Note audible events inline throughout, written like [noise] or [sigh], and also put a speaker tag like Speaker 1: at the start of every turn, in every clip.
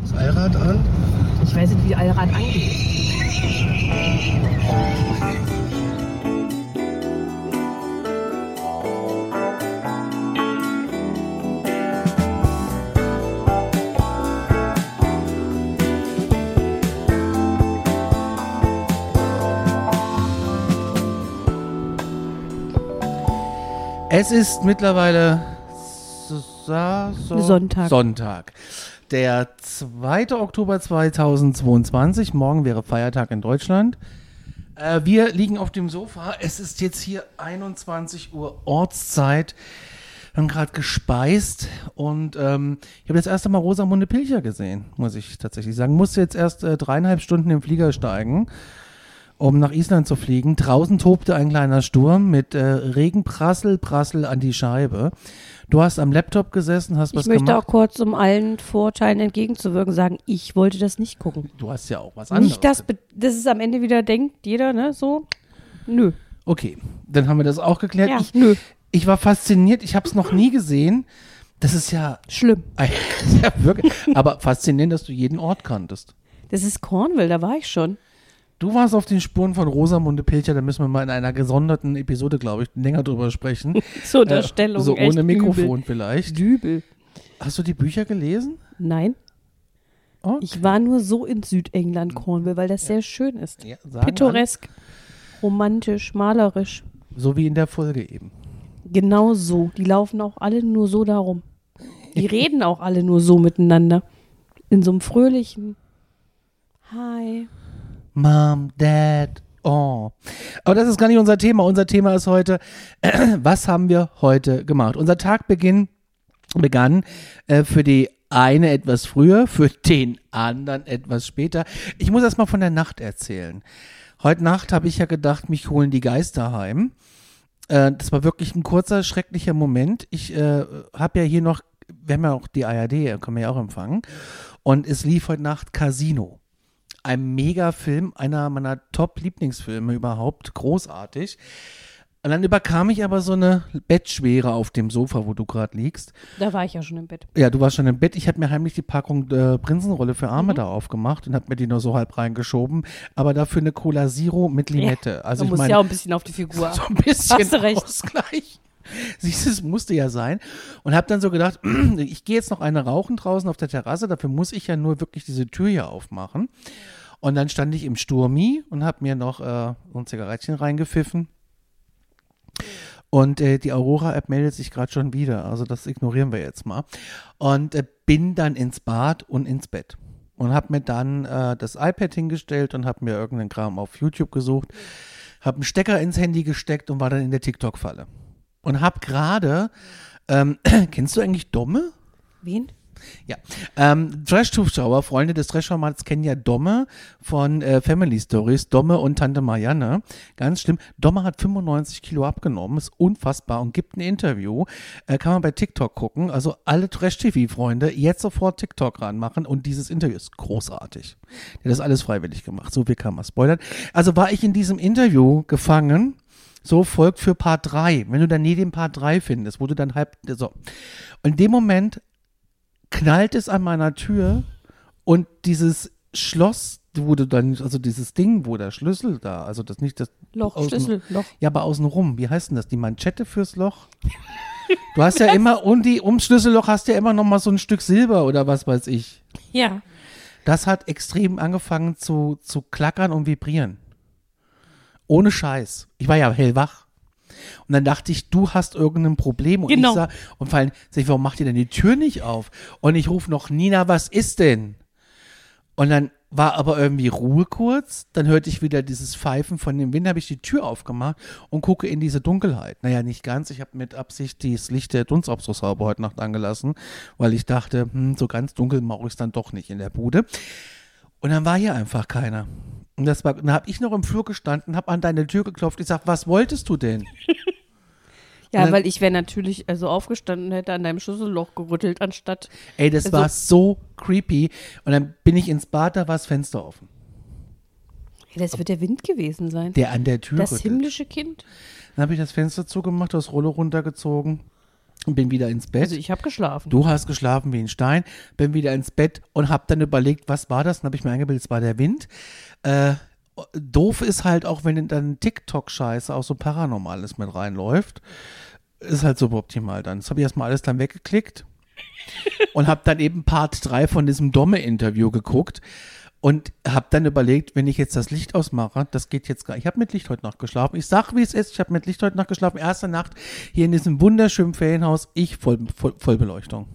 Speaker 1: Das Allrad an.
Speaker 2: Ich weiß nicht, wie Allrad angeht.
Speaker 3: Es ist mittlerweile so, so, so-
Speaker 4: Sonntag.
Speaker 3: Sonntag. Der 2. Oktober 2022. Morgen wäre Feiertag in Deutschland. Äh, wir liegen auf dem Sofa. Es ist jetzt hier 21 Uhr Ortszeit. Wir haben gerade gespeist und ähm, ich habe das erste Mal Rosamunde Pilcher gesehen, muss ich tatsächlich sagen. Musste jetzt erst äh, dreieinhalb Stunden im Flieger steigen um nach Island zu fliegen. Draußen tobte ein kleiner Sturm mit äh, Regenprassel, Prassel an die Scheibe. Du hast am Laptop gesessen, hast
Speaker 4: Ich
Speaker 3: was
Speaker 4: möchte
Speaker 3: gemacht.
Speaker 4: auch kurz, um allen Vorurteilen entgegenzuwirken, sagen, ich wollte das nicht gucken.
Speaker 3: du hast ja auch was anderes.
Speaker 4: Nicht, dass, be- dass es am Ende wieder denkt, jeder, ne, so. Nö.
Speaker 3: okay, dann haben wir das auch geklärt.
Speaker 4: Ja,
Speaker 3: Ich,
Speaker 4: nö.
Speaker 3: ich war fasziniert, ich habe es noch nie gesehen. Das ist ja, [laughs]
Speaker 4: Schlimm.
Speaker 3: ein- ja wirklich, aber faszinierend, dass du jeden Ort kanntest.
Speaker 4: Das ist Cornwall, da war ich schon.
Speaker 3: Du warst auf den Spuren von Rosamunde Pilcher, da müssen wir mal in einer gesonderten Episode, glaube ich, länger
Speaker 4: [laughs]
Speaker 3: drüber sprechen. Äh,
Speaker 4: Zur Unterstellung.
Speaker 3: so
Speaker 4: echt
Speaker 3: ohne Mikrofon
Speaker 4: Übel.
Speaker 3: vielleicht.
Speaker 4: Dübel.
Speaker 3: Hast du die Bücher gelesen?
Speaker 4: Nein.
Speaker 3: Oh.
Speaker 4: Ich war nur so in Südengland, Cornwall, weil das sehr schön ist.
Speaker 3: Hm. Ja, sagen an.
Speaker 4: Pittoresk, romantisch, malerisch.
Speaker 3: So wie in der Folge eben.
Speaker 4: Genau so. Die laufen auch alle nur so darum. [laughs] Die reden auch alle nur so miteinander. In so einem fröhlichen Hi.
Speaker 3: Mom, Dad, oh. Aber das ist gar nicht unser Thema. Unser Thema ist heute, [clears throat] was haben wir heute gemacht? Unser Tag beginn, begann äh, für die eine etwas früher, für den anderen etwas später. Ich muss erst mal von der Nacht erzählen. Heute Nacht habe ich ja gedacht, mich holen die Geister heim. Äh, das war wirklich ein kurzer, schrecklicher Moment. Ich äh, habe ja hier noch, wir haben ja auch die ARD, können wir ja auch empfangen. Und es lief heute Nacht Casino. Ein Mega-Film, einer meiner Top-Lieblingsfilme überhaupt, großartig. Und dann überkam ich aber so eine Bettschwere auf dem Sofa, wo du gerade liegst.
Speaker 4: Da war ich ja schon im Bett.
Speaker 3: Ja, du warst schon im Bett. Ich habe mir heimlich die Packung äh, Prinzenrolle für Arme
Speaker 4: Mhm.
Speaker 3: da aufgemacht und habe mir die nur so halb reingeschoben. Aber dafür eine Cola Zero mit Limette.
Speaker 4: da
Speaker 3: also ich
Speaker 4: muss
Speaker 3: meine,
Speaker 4: ja auch ein bisschen auf die Figur.
Speaker 3: [laughs] so ein bisschen
Speaker 4: Hast du recht.
Speaker 3: Ausgleich. Siehst du, es musste ja sein. Und habe dann so gedacht, [clears throat] ich gehe jetzt noch eine rauchen draußen auf der Terrasse, dafür muss ich ja nur wirklich diese Tür hier aufmachen. Und dann stand ich im Sturmi und habe mir noch äh, so ein Zigarettchen reingepfiffen. Und äh, die Aurora-App meldet sich gerade schon wieder, also das ignorieren wir jetzt mal. Und äh, bin dann ins Bad und ins Bett. Und habe mir dann äh, das iPad hingestellt und habe mir irgendeinen Kram auf YouTube gesucht habe einen Stecker ins Handy gesteckt und war dann in der TikTok-Falle. Und habe gerade, ähm, [clears throat] kennst du eigentlich Domme?
Speaker 4: [laughs] Wen?
Speaker 3: Ja. Ähm, Trash-Zuschauer, Freunde des Trash-Formats kennen ja Domme von äh, Family Stories, Domme und Tante Marianne. Ganz schlimm. Domme hat 95 Kilo abgenommen, ist unfassbar und gibt ein Interview. Äh, kann man bei TikTok gucken. Also alle Trash-TV-Freunde jetzt sofort TikTok ranmachen und dieses Interview ist großartig. Der hat das alles freiwillig gemacht. So viel kann man spoilern. Also war ich in diesem Interview gefangen. So folgt für Part 3. Wenn du dann nie den Part 3 findest, wo du dann halb. So. Und in dem Moment knallt es an meiner Tür und dieses Schloss wurde dann, also dieses Ding, wo der Schlüssel da, also das nicht das.
Speaker 4: Loch,
Speaker 3: außen-
Speaker 4: Schlüssel, Loch.
Speaker 3: Ja, aber außenrum, wie heißt denn das? Die Manschette fürs Loch? Du hast ja immer, um die, ums Schlüsselloch hast du ja immer noch mal so ein Stück Silber oder was weiß ich.
Speaker 4: Ja.
Speaker 3: Das hat extrem angefangen zu, zu klackern und vibrieren. Ohne Scheiß. Ich war ja hellwach. Und dann dachte ich, du hast irgendein Problem. Und
Speaker 4: Genau.
Speaker 3: ich sah, und vor allem, sag ich, warum macht ihr denn die Tür nicht auf? Und ich rufe noch, Nina, was ist denn? Und dann war aber irgendwie Ruhe kurz. Dann hörte ich wieder dieses Pfeifen von dem Wind. Habe ich die Tür aufgemacht und gucke in diese Dunkelheit. Naja, nicht ganz. Ich habe mit Absicht das Licht der Dunstabzugshaube heute Nacht angelassen, weil ich dachte, hm, so ganz dunkel mache ich es dann doch nicht in der Bude. Und dann war hier einfach keiner. Und das war, dann habe ich noch im Flur gestanden, habe an deine Tür geklopft. Ich sag, was wolltest du denn?
Speaker 4: Ja,
Speaker 3: Dann-
Speaker 4: weil ich wäre natürlich also aufgestanden und hätte an deinem Schlüsselloch gerüttelt, anstatt.
Speaker 3: Ey, das
Speaker 4: Also-
Speaker 3: war so creepy. Und dann bin ich ins Bad, da war das Fenster offen.
Speaker 4: Ja, das wird der Wind gewesen sein.
Speaker 3: Der an der Tür
Speaker 4: das
Speaker 3: rüttelt.
Speaker 4: himmlische Kind.
Speaker 3: Dann habe ich das Fenster zugemacht, das Rollo runtergezogen, und bin wieder ins Bett.
Speaker 4: Also ich habe geschlafen.
Speaker 3: Du hast geschlafen wie ein Stein, bin wieder ins Bett und habe dann überlegt, was war das? Dann habe ich mir eingebildet, es war der Wind. Äh, doof ist halt auch, wenn dann TikTok-Scheiße auch so Paranormales mit reinläuft. Ist halt suboptimal dann. Das habe ich erstmal alles dann weggeklickt und habe dann eben Part 3 von diesem Domme-Interview geguckt und habe dann überlegt, wenn ich jetzt das Licht ausmache, das geht jetzt gar Ich habe mit Licht heute Nacht geschlafen. Ich sag, wie es ist, ich habe mit Licht heute Nacht geschlafen. Erste Nacht hier in diesem wunderschönen Ferienhaus, ich voll, voll, voll Beleuchtung.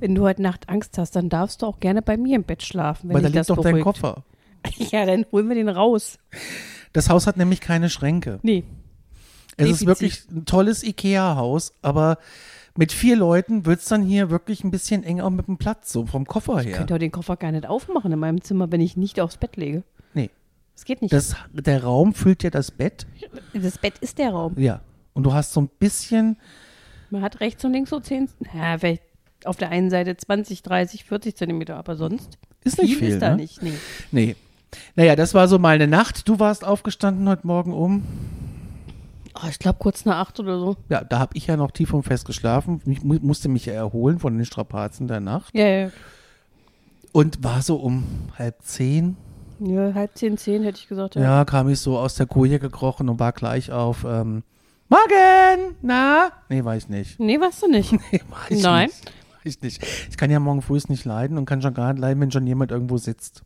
Speaker 4: Wenn du heute Nacht Angst hast, dann darfst du auch gerne bei mir im Bett schlafen, wenn
Speaker 3: Weil da
Speaker 4: dich das
Speaker 3: liegt doch
Speaker 4: beruhigt.
Speaker 3: dein Koffer.
Speaker 4: [laughs] Ja, dann holen wir den raus.
Speaker 3: Das Haus hat nämlich keine Schränke.
Speaker 4: Nee,
Speaker 3: Es ist
Speaker 4: Defizit.
Speaker 3: wirklich ein tolles Ikea-Haus, aber mit vier Leuten wird es dann hier wirklich ein bisschen eng auch mit dem Platz, so vom Koffer
Speaker 4: ich
Speaker 3: her.
Speaker 4: könnte auch den Koffer gar nicht aufmachen in meinem Zimmer, wenn ich nicht aufs Bett lege.
Speaker 3: Nee,
Speaker 4: Das geht nicht.
Speaker 3: das, der Raum füllt ja das Bett.
Speaker 4: das Bett ist der Raum.
Speaker 3: Ja. Und du hast so ein bisschen,
Speaker 4: Man hat rechts und links so 10, ja, vielleicht auf der einen Seite 20, 30, 40 Zentimeter, aber sonst
Speaker 3: Ist nicht viel,
Speaker 4: ist da
Speaker 3: ne?
Speaker 4: nicht. Nee.
Speaker 3: nee. Naja, das war so mal eine Nacht. Du warst aufgestanden heute Morgen um.
Speaker 4: Oh, ich glaube kurz nach acht oder so.
Speaker 3: Ja, da habe ich ja noch tief und fest geschlafen. Ich mu musste mich ja erholen von den Strapazen der Nacht.
Speaker 4: Ja, ja.
Speaker 3: Und war so um halb zehn.
Speaker 4: ja halb zehn, zehn hätte ich gesagt.
Speaker 3: Ja, kam ich so aus der Koje gekrochen und war gleich auf ähm, Morgen! Na? Nee, war ich nicht. [laughs]
Speaker 4: Nee, warst du nicht.
Speaker 3: Nee, war ich
Speaker 4: Nein.
Speaker 3: Nicht. War Ich nicht. Ich kann ja morgen früh es nicht leiden und kann schon gar nicht leiden, wenn schon jemand irgendwo
Speaker 4: [laughs]
Speaker 3: sitzt.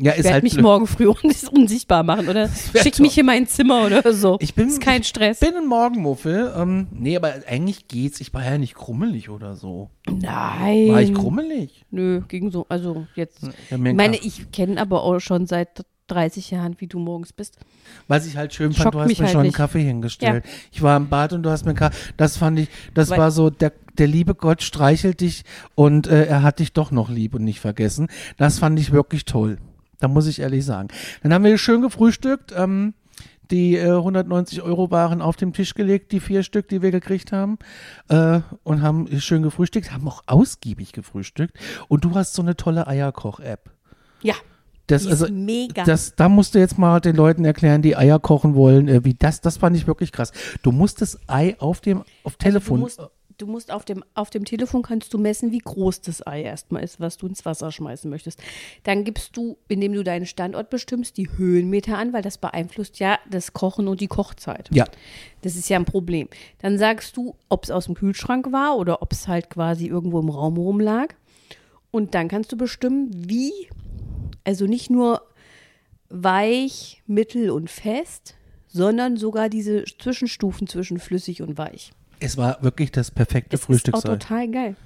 Speaker 3: ja,
Speaker 4: Ich
Speaker 3: ist
Speaker 4: werde
Speaker 3: halt
Speaker 4: mich
Speaker 3: blöd.
Speaker 4: morgen früh [laughs] un unsichtbar machen oder schick
Speaker 3: toll.
Speaker 4: mich in mein Zimmer oder so.
Speaker 3: Ich bin-
Speaker 4: ist kein Stress.
Speaker 3: bin ein Morgenmuffel. Ähm, nee, aber eigentlich geht's. Ich war ja nicht krummelig oder so.
Speaker 4: Nein.
Speaker 3: War ich Hm. krummelig?
Speaker 4: Nö, ging so. Also jetzt.
Speaker 3: Ja, mir
Speaker 4: ich meine,
Speaker 3: egal.
Speaker 4: ich kenne aber auch schon seit 30 Jahren, wie du morgens bist.
Speaker 3: Was ich halt schön fand,
Speaker 4: Schockt
Speaker 3: du hast mir
Speaker 4: mich halt
Speaker 3: schon einen
Speaker 4: nicht.
Speaker 3: Kaffee hingestellt. Ich war im Bad und du hast mir einen Kaffee. Das fand ich, das
Speaker 4: Weil-
Speaker 3: war so, der, der liebe Gott streichelt dich und äh, er hat dich doch noch lieb und nicht vergessen. Das fand ich wirklich toll. Da muss ich ehrlich sagen. Dann haben wir schön gefrühstückt. Ähm, die äh, 190 Euro waren auf dem Tisch gelegt, die vier Stück, die wir gekriegt haben, äh, und haben schön gefrühstückt, haben auch ausgiebig gefrühstückt. Und du hast so eine tolle Eierkoch-App.
Speaker 4: Ja.
Speaker 3: Das,
Speaker 4: Die
Speaker 3: also,
Speaker 4: ist mega.
Speaker 3: Das, da musst du jetzt mal den Leuten erklären, die Eier kochen wollen, äh, wie das, das fand ich wirklich krass. Du musst das Ei auf dem, auf
Speaker 4: Du
Speaker 3: Telefon,
Speaker 4: musst, du musst auf, dem, auf dem Telefon kannst du messen, wie groß das Ei erstmal ist, was du ins Wasser schmeißen möchtest. Dann gibst du, indem du deinen Standort bestimmst, die Höhenmeter an, weil das beeinflusst ja das Kochen und die Kochzeit.
Speaker 3: ja,
Speaker 4: Das ist ja ein Problem. Dann sagst du, ob es aus dem Kühlschrank war oder ob es halt quasi irgendwo im Raum rumlag. Und dann kannst du bestimmen, wie, also nicht nur weich, mittel und fest, sondern sogar diese Zwischenstufen zwischen flüssig und weich.
Speaker 3: es war wirklich das perfekte
Speaker 4: Es ist auch
Speaker 3: Frühstücksei.
Speaker 4: total geil.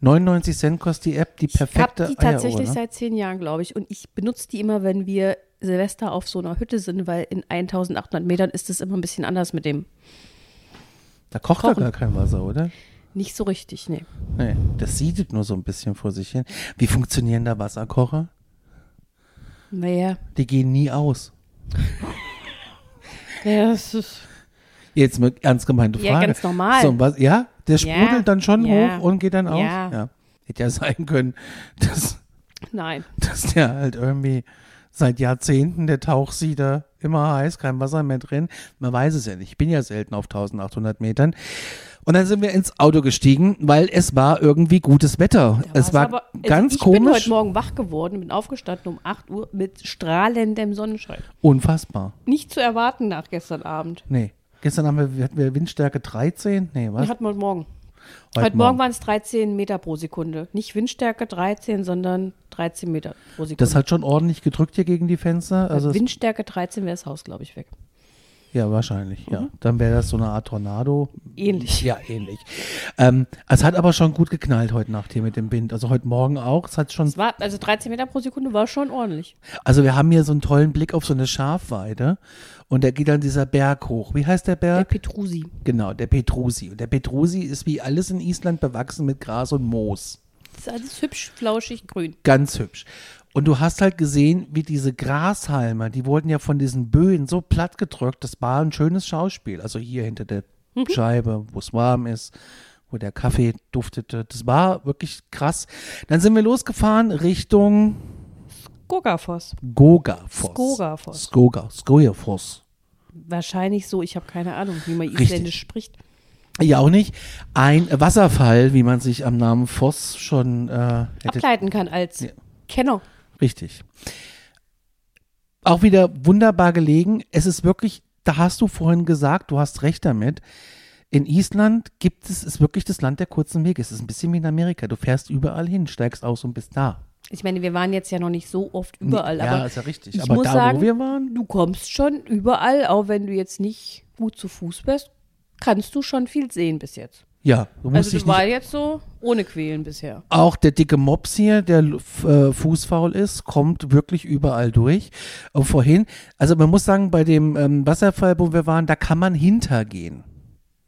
Speaker 3: 99 Cent kostet die App, die
Speaker 4: Ich habe
Speaker 3: perfekte
Speaker 4: die
Speaker 3: Eieruhr.
Speaker 4: tatsächlich
Speaker 3: Ne?
Speaker 4: seit zehn Jahren, glaube ich. Und ich benutze die immer, wenn wir Silvester auf so einer Hütte sind, weil in 1800 Metern ist es immer ein bisschen anders mit dem.
Speaker 3: Da kocht doch
Speaker 4: kochen.
Speaker 3: gar kein Wasser, oder?
Speaker 4: Nicht so richtig, nee.
Speaker 3: Nee, das siedet nur so ein bisschen vor sich hin. Wie funktionieren da Wasserkocher?
Speaker 4: Naja,
Speaker 3: Die gehen nie aus.
Speaker 4: ja, es ist.
Speaker 3: Jetzt mit ernst gemeinte Frage.
Speaker 4: Ja, ganz normal.
Speaker 3: So, was, ja, der
Speaker 4: Ja,
Speaker 3: sprudelt dann schon
Speaker 4: ja,
Speaker 3: hoch und geht dann aus.
Speaker 4: ja.
Speaker 3: ja. Hätte ja sein können, [laughs] dass
Speaker 4: Nein.
Speaker 3: [laughs] dass der halt irgendwie seit Jahrzehnten der Tauchsieder immer heiß, kein Wasser mehr drin. Man weiß es ja nicht. Ich bin ja selten auf 1800 Metern. Und dann sind wir ins Auto gestiegen, weil es war irgendwie gutes Wetter. es war
Speaker 4: aber- also
Speaker 3: ganz
Speaker 4: ich Ich bin
Speaker 3: komisch,
Speaker 4: heute Morgen wach geworden, bin aufgestanden um 8 Uhr mit strahlendem Sonnenschein.
Speaker 3: unfassbar.
Speaker 4: Nicht zu erwarten nach gestern Abend.
Speaker 3: Nee. Gestern haben wir, hatten wir Windstärke 13. Nee, was?
Speaker 4: Hat man morgen. Heute, Morgen, waren es 13 Meter pro Sekunde. Nicht Windstärke 13, sondern 13 Meter pro Sekunde.
Speaker 3: Das hat schon ordentlich gedrückt hier gegen die Fenster. Also es,
Speaker 4: Äh, Windstärke 13 wäre das Haus, glaube ich, weg.
Speaker 3: ja, wahrscheinlich. Ja, dann wäre das so eine Art Tornado.
Speaker 4: Mhm. Ähnlich.
Speaker 3: Ja, ähnlich. Ähm, es hat aber schon gut geknallt heute Nacht hier mit dem Wind. Also heute Morgen auch. Es hat schon
Speaker 4: Es war, also 13 Meter pro Sekunde war schon ordentlich.
Speaker 3: Also wir haben hier so einen tollen Blick auf so eine Schafweide und da geht dann dieser Berg hoch. Wie heißt der
Speaker 4: Der
Speaker 3: Berg?
Speaker 4: Petrusi.
Speaker 3: genau, der Petrusi. Und der Petrusi ist wie alles in Island bewachsen mit Gras und Moos.
Speaker 4: Das ist alles hübsch, flauschig, grün.
Speaker 3: Ganz hübsch. Und du hast halt gesehen, wie diese Grashalme, die wurden ja von diesen Böen so platt gedrückt. Das war ein schönes Schauspiel. Also hier hinter der
Speaker 4: Mhm.
Speaker 3: Scheibe, wo es warm ist, wo der Kaffee duftete. Das war wirklich krass. Dann sind wir losgefahren Richtung
Speaker 4: Gogafoss.
Speaker 3: Gogafoss.
Speaker 4: Skogafoss.
Speaker 3: Skoga, Skogafoss.
Speaker 4: Wahrscheinlich so, ich habe keine Ahnung, wie man
Speaker 3: Richtig.
Speaker 4: Isländisch spricht.
Speaker 3: Ich auch nicht. Ein Wasserfall, wie man sich am Namen Voss schon äh, hätte.
Speaker 4: ableiten kann als Kenner.
Speaker 3: Richtig. Auch wieder wunderbar gelegen. Es ist wirklich, da hast du vorhin gesagt, du hast recht damit. In Island gibt es, ist wirklich das Land der kurzen Wege. Es ist ein bisschen wie in Amerika. Du fährst überall hin, steigst aus und bist da.
Speaker 4: Ich meine, wir waren jetzt ja noch nicht so oft überall,
Speaker 3: ja,
Speaker 4: aber
Speaker 3: ist ja richtig.
Speaker 4: ich
Speaker 3: Aber
Speaker 4: muss
Speaker 3: da,
Speaker 4: sagen,
Speaker 3: wo wir waren,
Speaker 4: du kommst schon überall, auch wenn du jetzt nicht gut zu Fuß bist, kannst du schon viel sehen bis jetzt.
Speaker 3: ja, du musst
Speaker 4: Also
Speaker 3: dich
Speaker 4: du
Speaker 3: nicht
Speaker 4: war jetzt so ohne Quälen bisher.
Speaker 3: Auch der dicke Mops hier, der äh, fußfaul ist, kommt wirklich überall durch. Und vorhin, also man muss sagen, bei dem ähm, Wasserfall, wo wir waren, da kann man hintergehen.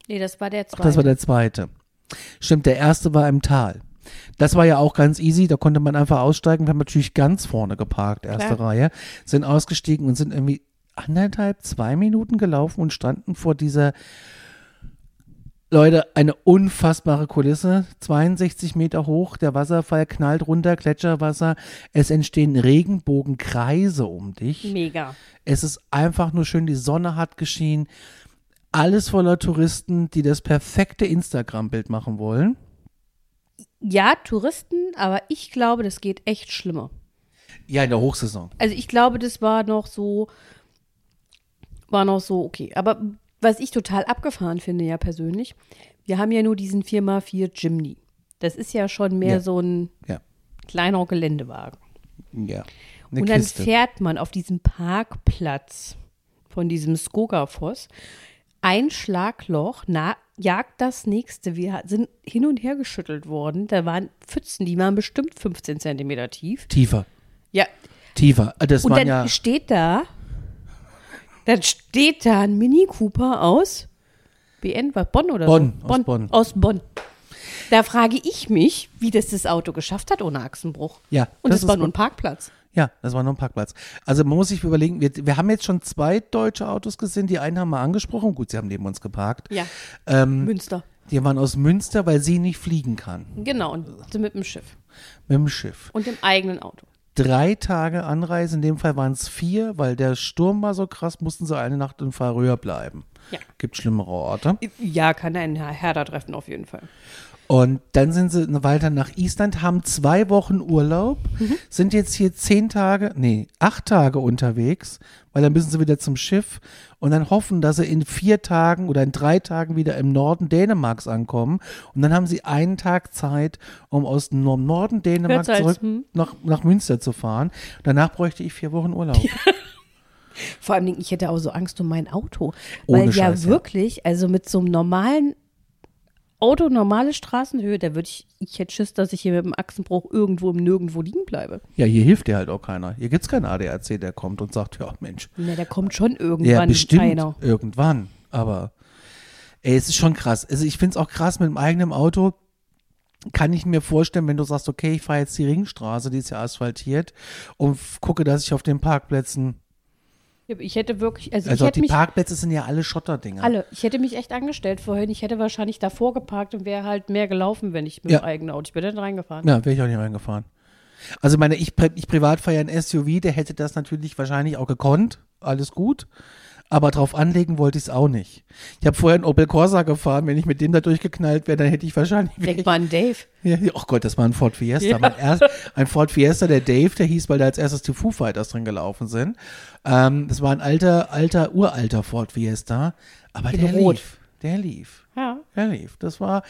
Speaker 4: Nee, das war der
Speaker 3: Ach,
Speaker 4: zweite.
Speaker 3: das war der zweite. Stimmt, der erste war im Tal. Das war ja auch ganz easy, da konnte man einfach aussteigen. Wir haben natürlich ganz vorne geparkt, erste
Speaker 4: Klar.
Speaker 3: Reihe, sind ausgestiegen und sind irgendwie anderthalb, zwei Minuten gelaufen und standen vor dieser, Leute, eine unfassbare Kulisse, 62 Meter hoch, der Wasserfall knallt runter, Gletscherwasser, es entstehen Regenbogenkreise um dich.
Speaker 4: Mega.
Speaker 3: Es ist einfach nur schön, die Sonne hat geschienen. Alles voller Touristen, die das perfekte Instagram-Bild machen wollen.
Speaker 4: Ja, Touristen, aber ich glaube, das geht echt schlimmer.
Speaker 3: Ja, in der Hochsaison.
Speaker 4: Also ich glaube, das war noch so, war noch so okay. Aber was ich total abgefahren finde, ja persönlich, wir haben ja nur diesen 4x4 Jimny. Das ist ja schon mehr
Speaker 3: Ja.
Speaker 4: so ein
Speaker 3: Ja.
Speaker 4: kleiner Geländewagen.
Speaker 3: Ja. Eine
Speaker 4: und dann
Speaker 3: Kiste.
Speaker 4: fährt man auf diesem Parkplatz von diesem Skogafoss ein Schlagloch, na, jagt das nächste. Wir ha- sind hin und her geschüttelt worden. Da waren Pfützen, die waren bestimmt 15 Zentimeter tief.
Speaker 3: Tiefer.
Speaker 4: Ja,
Speaker 3: Tiefer. Äh, Das
Speaker 4: und
Speaker 3: waren
Speaker 4: dann
Speaker 3: ja.
Speaker 4: steht da, dann steht da ein Mini Cooper aus BN, war Bonn oder
Speaker 3: Bonn,
Speaker 4: so?
Speaker 3: aus Bonn.
Speaker 4: Aus Bonn. Da frage ich mich, wie das das Auto geschafft hat ohne Achsenbruch.
Speaker 3: Ja,
Speaker 4: Und
Speaker 3: das
Speaker 4: das, war
Speaker 3: ist
Speaker 4: nur
Speaker 3: gut.
Speaker 4: ein Parkplatz.
Speaker 3: Ja, das war nur ein Parkplatz. Also man muss sich überlegen, wir, wir haben jetzt schon zwei deutsche Autos gesehen. Die einen haben wir angesprochen. Gut, sie haben neben uns geparkt.
Speaker 4: Ja.
Speaker 3: Ähm,
Speaker 4: Münster.
Speaker 3: Die waren aus Münster, weil sie nicht fliegen kann.
Speaker 4: Genau, und mit dem Schiff.
Speaker 3: Mit dem Schiff.
Speaker 4: Und dem eigenen Auto.
Speaker 3: drei Tage Anreise. In dem Fall waren es vier, weil der Sturm war so krass, mussten sie eine Nacht in Färöer bleiben.
Speaker 4: Ja.
Speaker 3: Gibt schlimmere Orte.
Speaker 4: Ja, kann einen Herder treffen auf jeden Fall.
Speaker 3: Und dann sind sie weiter nach Island, haben zwei Wochen Urlaub, sind jetzt hier zehn Tage, nee, acht Tage unterwegs, weil dann müssen sie wieder zum Schiff und dann hoffen, dass sie in vier Tagen oder in drei Tagen wieder im Norden Dänemarks ankommen. Und dann haben sie einen Tag Zeit, um aus dem Norden Dänemark
Speaker 4: Kürzer als,
Speaker 3: zurück
Speaker 4: hm.
Speaker 3: nach, nach Münster zu fahren. Danach bräuchte ich vier Wochen Urlaub.
Speaker 4: Vor allem, ich hätte auch so Angst um mein Auto.
Speaker 3: Ohne
Speaker 4: weil ja
Speaker 3: Scheiß, ja.
Speaker 4: wirklich, also mit so einem normalen Auto, normale Straßenhöhe, da würde ich, ich hätte Schiss, dass ich hier mit dem Achsenbruch irgendwo im Nirgendwo liegen bleibe.
Speaker 3: Ja, hier hilft dir halt auch keiner. Hier gibt's keinen ADAC, der kommt und sagt, ja Mensch,
Speaker 4: Na, da kommt schon irgendwann
Speaker 3: ja bestimmt
Speaker 4: einer.
Speaker 3: irgendwann. Aber ey, es ist schon krass. Also ich find's auch krass mit dem eigenen Auto. Kann ich mir vorstellen, wenn du sagst, okay, ich fahre jetzt die Ringstraße, die ist ja asphaltiert und f- gucke, dass ich auf den Parkplätzen,
Speaker 4: Ich hätte wirklich, also,
Speaker 3: also
Speaker 4: ich
Speaker 3: auf
Speaker 4: hätte
Speaker 3: die
Speaker 4: mich
Speaker 3: Parkplätze sind ja alle Schotterdinger.
Speaker 4: alle, ich hätte mich echt angestellt vorhin. Ich hätte wahrscheinlich davor geparkt und wäre halt mehr gelaufen, wenn ich mit
Speaker 3: Ja.
Speaker 4: dem eigenen Auto. Ich bin dann reingefahren.
Speaker 3: Ja, wäre ich auch nicht reingefahren. Also meine, ich, pri- ich privat fahre ja ein SUV, der hätte das natürlich wahrscheinlich auch gekonnt, alles gut. Aber drauf anlegen wollte ich es auch nicht. Ich habe vorher einen Opel Corsa gefahren, wenn ich mit dem da durchgeknallt wäre, dann hätte ich wahrscheinlich...
Speaker 4: Denk mal an Dave.
Speaker 3: Ja, ja, oh Gott, das war ein Ford Fiesta.
Speaker 4: Ja.
Speaker 3: Mein erst, ein Ford Fiesta, der Dave, der hieß, weil da als erstes die Foo Fighters drin gelaufen sind. Ähm, das war ein alter, alter, uralter Ford Fiesta. Aber
Speaker 4: In
Speaker 3: der
Speaker 4: Rot.
Speaker 3: lief. Der lief.
Speaker 4: Ja.
Speaker 3: Der lief. Das war,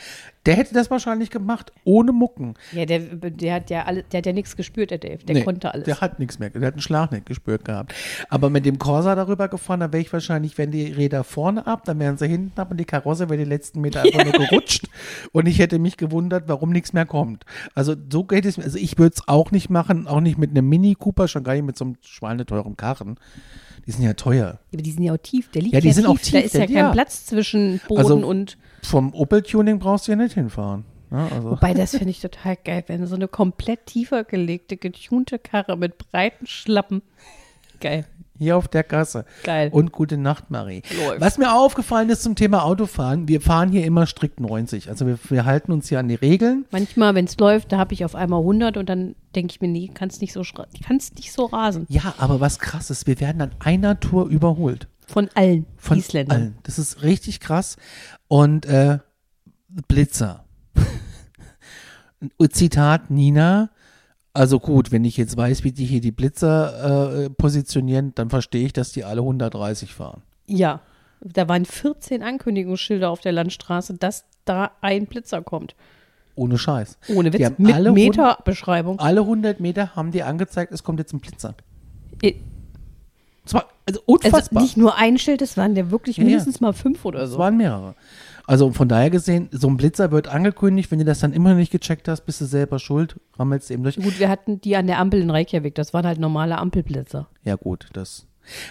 Speaker 3: der hätte das wahrscheinlich gemacht, ohne Mucken.
Speaker 4: Ja, der, der hat ja alle, der hat ja nichts gespürt, der Dave. Der
Speaker 3: Nee,
Speaker 4: konnte alles.
Speaker 3: Der hat nichts mehr, der hat einen Schlag nicht gespürt gehabt. Aber mit dem Corsa darüber gefahren, da wäre ich wahrscheinlich, wenn die Räder vorne ab, dann wären sie hinten ab und die Karosse wäre die letzten Meter einfach nur
Speaker 4: [laughs]
Speaker 3: gerutscht. Und ich hätte mich gewundert, warum nichts mehr kommt. Also so geht es mir. Also ich würde es auch nicht machen, auch nicht mit einem Mini Cooper, schon gar nicht mit so einem schweineteuren Karren. Die sind ja teuer.
Speaker 4: Aber die sind ja auch tief. Der liegt
Speaker 3: Ja,
Speaker 4: ja,
Speaker 3: die sind
Speaker 4: tief.
Speaker 3: auch
Speaker 4: Da
Speaker 3: tief,
Speaker 4: ist
Speaker 3: der-
Speaker 4: ja kein
Speaker 3: ja.
Speaker 4: Platz zwischen Boden
Speaker 3: Also-
Speaker 4: und.
Speaker 3: Vom Opel-Tuning brauchst du ja nicht hinfahren. Ja, also.
Speaker 4: Wobei, das finde ich total geil, wenn so eine komplett tiefer gelegte, getunte Karre mit breiten Schlappen. Geil.
Speaker 3: Hier auf der Gasse.
Speaker 4: Geil.
Speaker 3: Und gute Nacht, Marie.
Speaker 4: Läuft.
Speaker 3: Was mir aufgefallen ist zum Thema Autofahren, wir fahren hier immer strikt 90. Also wir, wir halten uns hier an die Regeln.
Speaker 4: Manchmal, wenn es läuft, da habe ich auf einmal 100 und dann denke ich mir, nee, kannst nicht so, schra- kannst nicht so rasen.
Speaker 3: Ja, aber was krass ist, wir werden an einer Tour überholt.
Speaker 4: Von allen
Speaker 3: Von
Speaker 4: Isländern.
Speaker 3: allen. Das ist richtig krass. Und äh, Blitzer. [laughs] Und Zitat Nina. Also gut, wenn ich jetzt weiß, wie die hier die Blitzer äh, positionieren, dann verstehe ich, dass die alle 130 fahren.
Speaker 4: Ja, da waren 14 Ankündigungsschilder auf der Landstraße, dass da ein Blitzer kommt.
Speaker 3: Ohne Scheiß.
Speaker 4: Ohne
Speaker 3: Die
Speaker 4: Witz.
Speaker 3: haben alle Ah,
Speaker 4: Mit
Speaker 3: Hund-
Speaker 4: Meterbeschreibung.
Speaker 3: Alle 100 Meter haben die angezeigt, es kommt jetzt ein Blitzer.
Speaker 4: Äh,
Speaker 3: Zwar, also
Speaker 4: Also
Speaker 3: unfassbar.
Speaker 4: nicht nur ein Schild, es waren ja wirklich
Speaker 3: Ja, ja.
Speaker 4: mindestens mal fünf oder
Speaker 3: Es
Speaker 4: so.
Speaker 3: waren mehrere. Also von daher gesehen, so ein Blitzer wird angekündigt. Wenn du das dann immer nicht gecheckt hast, bist du selber schuld. Rammelst eben durch.
Speaker 4: Gut, wir hatten die an der Ampel in Reykjavik, das waren halt normale Ampelblitzer.
Speaker 3: Ja gut, das.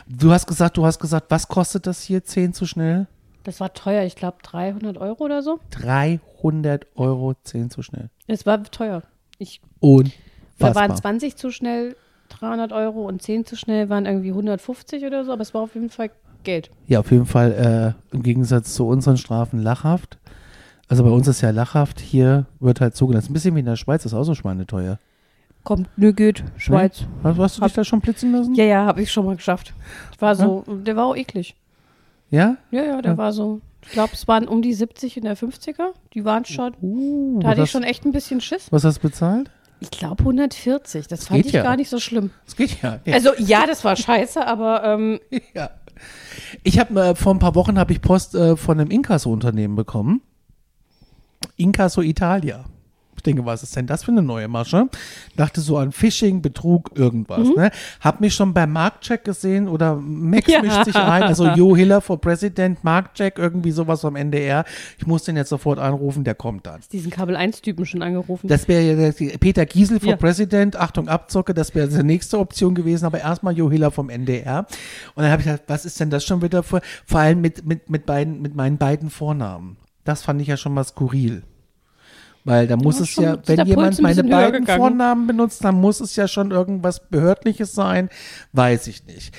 Speaker 3: Du hast gesagt, du hast gesagt, was kostet das hier? 10 zu schnell?
Speaker 4: Das war teuer, ich glaube 300 Euro oder so.
Speaker 3: 300 Euro, 10 zu schnell.
Speaker 4: Es war teuer. Ich, da waren
Speaker 3: Unfassbar.
Speaker 4: 20 zu schnell 300 Euro und 10 zu schnell waren irgendwie 150 oder so, aber es war auf jeden Fall Geld.
Speaker 3: Ja, auf jeden Fall äh, im Gegensatz zu unseren Strafen lachhaft. Also bei uns ist ja lachhaft, hier wird halt zugelassen. Ein bisschen wie in der Schweiz, ist auch so schweineteuer.
Speaker 4: Kommt, nö, geht, Schweiz.
Speaker 3: Ne? Hast, hast du dich da schon blitzen lassen?
Speaker 4: Ja, ja, habe ich schon mal geschafft. Ich war so, der war auch eklig.
Speaker 3: ja?
Speaker 4: Ja, ja, der war so. Ich glaube, es waren um die 70 in der 50er. Die waren schon,
Speaker 3: Uh,
Speaker 4: da hatte ich
Speaker 3: was,
Speaker 4: schon
Speaker 3: hast,
Speaker 4: echt ein bisschen Schiss.
Speaker 3: was hast du bezahlt?
Speaker 4: Ich glaube 140. Das fand
Speaker 3: geht
Speaker 4: ich
Speaker 3: ja.
Speaker 4: gar nicht so schlimm.
Speaker 3: Es geht ja. ja.
Speaker 4: Also ja, das war scheiße, aber ähm,
Speaker 3: [laughs] Ja. Ich habe äh, vor ein paar Wochen habe ich Post äh, von einem Inkasso-Unternehmen bekommen. Inkasso Italia. Ich denke, was ist denn das für eine neue Masche? Dachte so an Phishing, Betrug,
Speaker 4: Mhm.
Speaker 3: irgendwas. Ne? Hab mich schon beim Marktcheck gesehen oder Max
Speaker 4: Ja.
Speaker 3: mischt sich ein. Also Jo Hiller for President, Marktcheck, irgendwie sowas vom NDR. Ich muss den jetzt sofort anrufen, der kommt dann.
Speaker 4: diesen Kabel 1-Typen schon angerufen.
Speaker 3: Das wäre ja der- Peter Giesel vom
Speaker 4: Ja.
Speaker 3: President, Achtung Abzocke, das wäre die nächste Option gewesen, aber erstmal Johila vom NDR. Und dann habe ich gedacht, was ist denn das schon wieder für, vor allem mit, mit, mit, beiden, mit meinen beiden Vornamen. Das fand ich ja schon mal skurril. Weil da muss
Speaker 4: Ja,
Speaker 3: es
Speaker 4: schon
Speaker 3: ja,
Speaker 4: ist der
Speaker 3: wenn
Speaker 4: Puls
Speaker 3: jemand
Speaker 4: ein
Speaker 3: meine
Speaker 4: bisschen höher
Speaker 3: beiden
Speaker 4: gegangen.
Speaker 3: Vornamen benutzt, dann muss es ja schon irgendwas Behördliches sein, weiß ich nicht.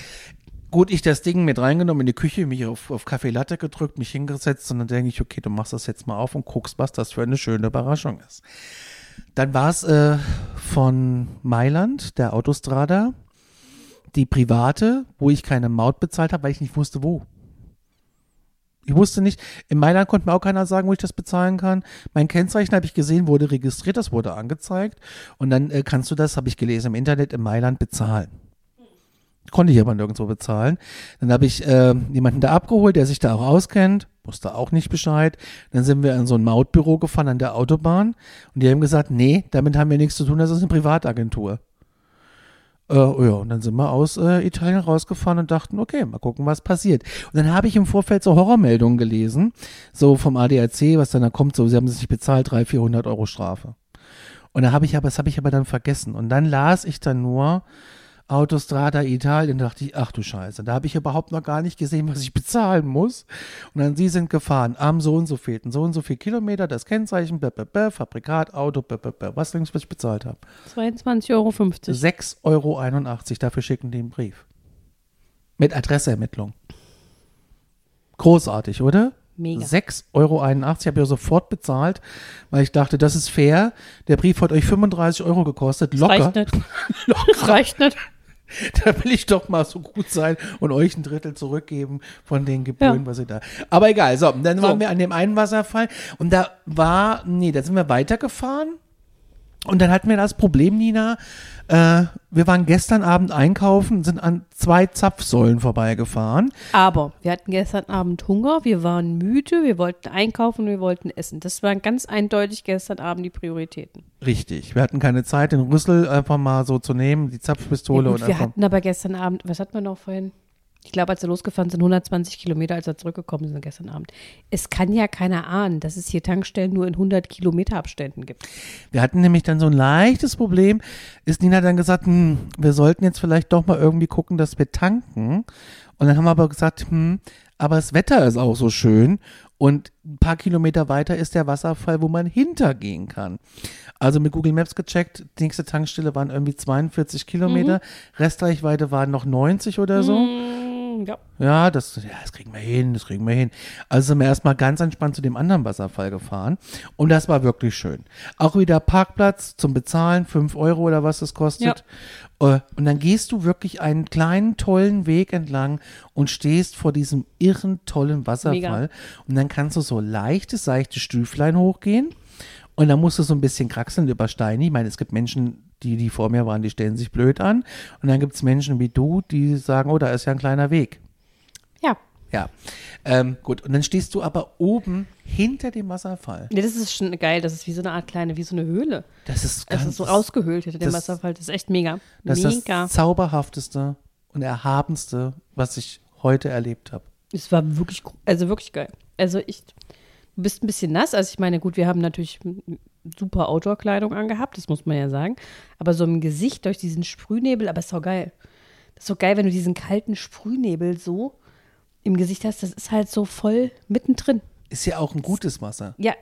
Speaker 3: Gut, ich das Ding mit reingenommen in die Küche, mich auf, auf Kaffee Latte gedrückt, mich hingesetzt und dann denke ich, okay, du machst das jetzt mal auf und guckst, was das für eine schöne Überraschung ist. Dann war es äh, von Mailand, der Autostrada, die private, wo ich keine Maut bezahlt habe, weil ich nicht wusste, wo. Ich wusste nicht, in Mailand konnte mir auch keiner sagen, wo ich das bezahlen kann. Mein Kennzeichen habe ich gesehen, wurde registriert, das wurde angezeigt. Und dann äh, kannst du das, habe ich gelesen, im Internet in Mailand bezahlen. Konnte ich aber nirgendwo bezahlen. Dann habe ich äh, jemanden da abgeholt, der sich da auch auskennt, wusste auch nicht Bescheid. Dann sind wir in so ein Mautbüro gefahren an der Autobahn und die haben gesagt, nee, damit haben wir nichts zu tun, das ist eine Privatagentur. Äh, oh ja, und dann sind wir aus äh, Italien rausgefahren und dachten, okay, mal gucken, was passiert. Und dann habe ich im Vorfeld so Horrormeldungen gelesen, so vom ADAC, was dann da kommt, so, sie haben es nicht bezahlt, 300, 400 Euro Strafe. Und da habe ich aber, das habe ich aber dann vergessen. Und dann las ich dann nur, Autostrada Italien, dachte ich, ach du Scheiße, da habe ich überhaupt noch gar nicht gesehen, was ich bezahlen muss. Und dann, sie sind gefahren, am so und so fehlten, so und so viel Kilometer, das Kennzeichen, bäh, bäh, bäh, Fabrikat, Auto, bäh, bäh, bäh, was links, was ich bezahlt habe.
Speaker 4: 22,50 Euro.
Speaker 3: 6,81 Euro, dafür schicken die einen Brief. Mit Adresseermittlung. Großartig, oder?
Speaker 4: Mega.
Speaker 3: 6,81 Euro, habe ja sofort bezahlt, weil ich dachte, das ist fair. Der Brief hat euch 35 Euro gekostet, locker.
Speaker 4: Reicht nicht.
Speaker 3: [laughs]
Speaker 4: Das [laughs] reicht nicht.
Speaker 3: Da will ich doch mal so gut sein und euch ein Drittel zurückgeben von den Gebühren,
Speaker 4: Ja.
Speaker 3: was ihr da. Aber egal, so, und dann
Speaker 4: So.
Speaker 3: waren wir an dem einen Wasserfall und da war, nee, da sind wir weitergefahren und dann hatten wir das Problem, Nina, äh, wir waren gestern Abend einkaufen, sind an zwei Zapfsäulen vorbeigefahren.
Speaker 4: Aber wir hatten gestern Abend Hunger, wir waren müde, wir wollten einkaufen, wir wollten essen. Das waren ganz eindeutig gestern Abend die Prioritäten.
Speaker 3: Richtig, wir hatten keine Zeit, den Rüssel einfach mal so zu nehmen, die Zapfpistole
Speaker 4: ja,
Speaker 3: und
Speaker 4: gut, wir
Speaker 3: einfach.
Speaker 4: hatten aber gestern Abend, was hatten wir noch vorhin? Ich glaube, als wir losgefahren sind, 120 Kilometer, als wir zurückgekommen sind gestern Abend. Es kann ja keiner ahnen, dass es hier Tankstellen nur in 100 Kilometer Abständen gibt.
Speaker 3: Wir hatten nämlich dann so ein leichtes Problem, ist Nina dann gesagt, hm, wir sollten jetzt vielleicht doch mal irgendwie gucken, dass wir tanken. Und dann haben wir aber gesagt, hm, aber das Wetter ist auch so schön und ein paar Kilometer weiter ist der Wasserfall, wo man hintergehen kann. Also mit Google Maps gecheckt, die nächste
Speaker 4: Mhm.
Speaker 3: Tankstelle waren irgendwie 42 Kilometer, Restreichweite waren noch 90 oder so.
Speaker 4: Ja.
Speaker 3: Mm, Ja, das, ja, das kriegen wir hin, das kriegen wir hin. Also sind wir erstmal ganz entspannt zu dem anderen Wasserfall gefahren. Und das war wirklich schön. Auch wieder Parkplatz zum Bezahlen, 5 Euro oder was das kostet. Äh, Und dann gehst du wirklich einen kleinen, tollen Weg entlang und stehst vor diesem irren, tollen Wasserfall. Und dann kannst du so leichte, seichte Stüflein hochgehen. Und dann musst du so ein bisschen kraxeln über Steine. Ich meine, es gibt Menschen, die, die vor mir waren, die stellen sich blöd an. Und dann gibt es Menschen wie du, die sagen, oh, da ist ja ein kleiner Weg.
Speaker 4: Ja.
Speaker 3: Ja, ähm, gut. Und dann stehst du aber oben hinter dem Wasserfall.
Speaker 4: Nee, das ist schon geil. Das ist wie so eine Art kleine, wie so eine Höhle.
Speaker 3: Das ist ganz,
Speaker 4: Es ist so ausgehöhlt hinter dem
Speaker 3: das-
Speaker 4: Wasserfall. Das ist echt mega.
Speaker 3: das, ist
Speaker 4: mega.
Speaker 3: das zauberhafteste und erhabenste, was ich heute erlebt habe.
Speaker 4: Es war wirklich, gu- also wirklich geil. Also ich, du bist ein bisschen nass. Also ich meine, gut, wir haben natürlich super Outdoor-Kleidung angehabt, das muss man ja sagen. Aber so im Gesicht durch diesen Sprühnebel, aber ist doch geil. Das ist doch geil, wenn du diesen kalten Sprühnebel so im Gesicht hast. Das ist halt so voll mittendrin.
Speaker 3: Ist ja auch ein gutes Wasser.
Speaker 4: Ja.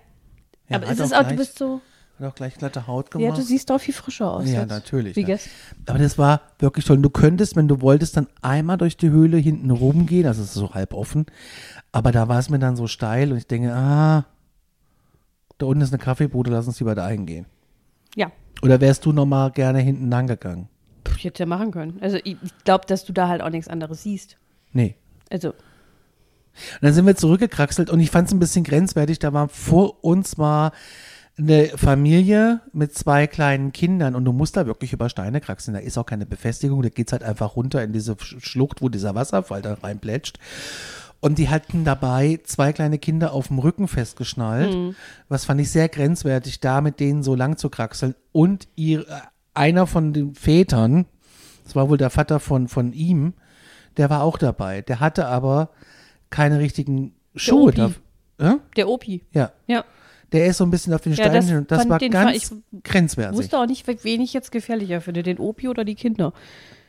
Speaker 3: Ja,
Speaker 4: aber
Speaker 3: hat
Speaker 4: es ist
Speaker 3: auch
Speaker 4: auch,
Speaker 3: gleich
Speaker 4: du bist so,
Speaker 3: Hat auch gleich glatte Haut
Speaker 4: ja,
Speaker 3: gemacht.
Speaker 4: du siehst auch viel frischer aus.
Speaker 3: Ja,
Speaker 4: jetzt.
Speaker 3: natürlich.
Speaker 4: Wie
Speaker 3: ne?
Speaker 4: gestern.
Speaker 3: Aber das war wirklich toll. Und du könntest, wenn du wolltest, dann einmal durch die Höhle hinten rumgehen. Also es ist so halb offen. Aber da war es mir dann so steil und ich denke, ah, da unten ist eine Kaffeebude, lass uns lieber da hingehen.
Speaker 4: Ja,
Speaker 3: Oder wärst du noch mal gerne hinten lang gegangen?
Speaker 4: Puh, ich hätte ja machen können. Also ich, ich glaube, dass du da halt auch nichts anderes siehst.
Speaker 3: Nee.
Speaker 4: Also
Speaker 3: Und dann sind wir zurückgekraxelt und ich fand es ein bisschen grenzwertig. Da war vor uns war eine Familie mit zwei kleinen Kindern und du musst da wirklich über Steine kraxeln. Da ist auch keine Befestigung, da geht's halt einfach runter in diese Sch- Schlucht, wo dieser Wasserfall da reinplätscht. Und die hatten dabei zwei kleine Kinder auf dem Rücken festgeschnallt. Was fand ich sehr grenzwertig, da mit denen so lang zu kraxeln. Und ihr, äh, einer von den Vätern, das war wohl der Vater von, von ihm, der war auch dabei. Der hatte aber keine richtigen Schuhe.
Speaker 4: Der
Speaker 3: Da,
Speaker 4: Opi.
Speaker 3: äh?
Speaker 4: der Opi.
Speaker 3: Ja.
Speaker 4: Ja.
Speaker 3: Der ist so ein bisschen auf den
Speaker 4: Ja,
Speaker 3: Steinen.
Speaker 4: das
Speaker 3: hin und das
Speaker 4: fand
Speaker 3: war
Speaker 4: den
Speaker 3: ganz
Speaker 4: Fall- Ich
Speaker 3: grenzwertig.
Speaker 4: wusste auch nicht, wen ich jetzt gefährlicher finde, den Opi oder die Kinder.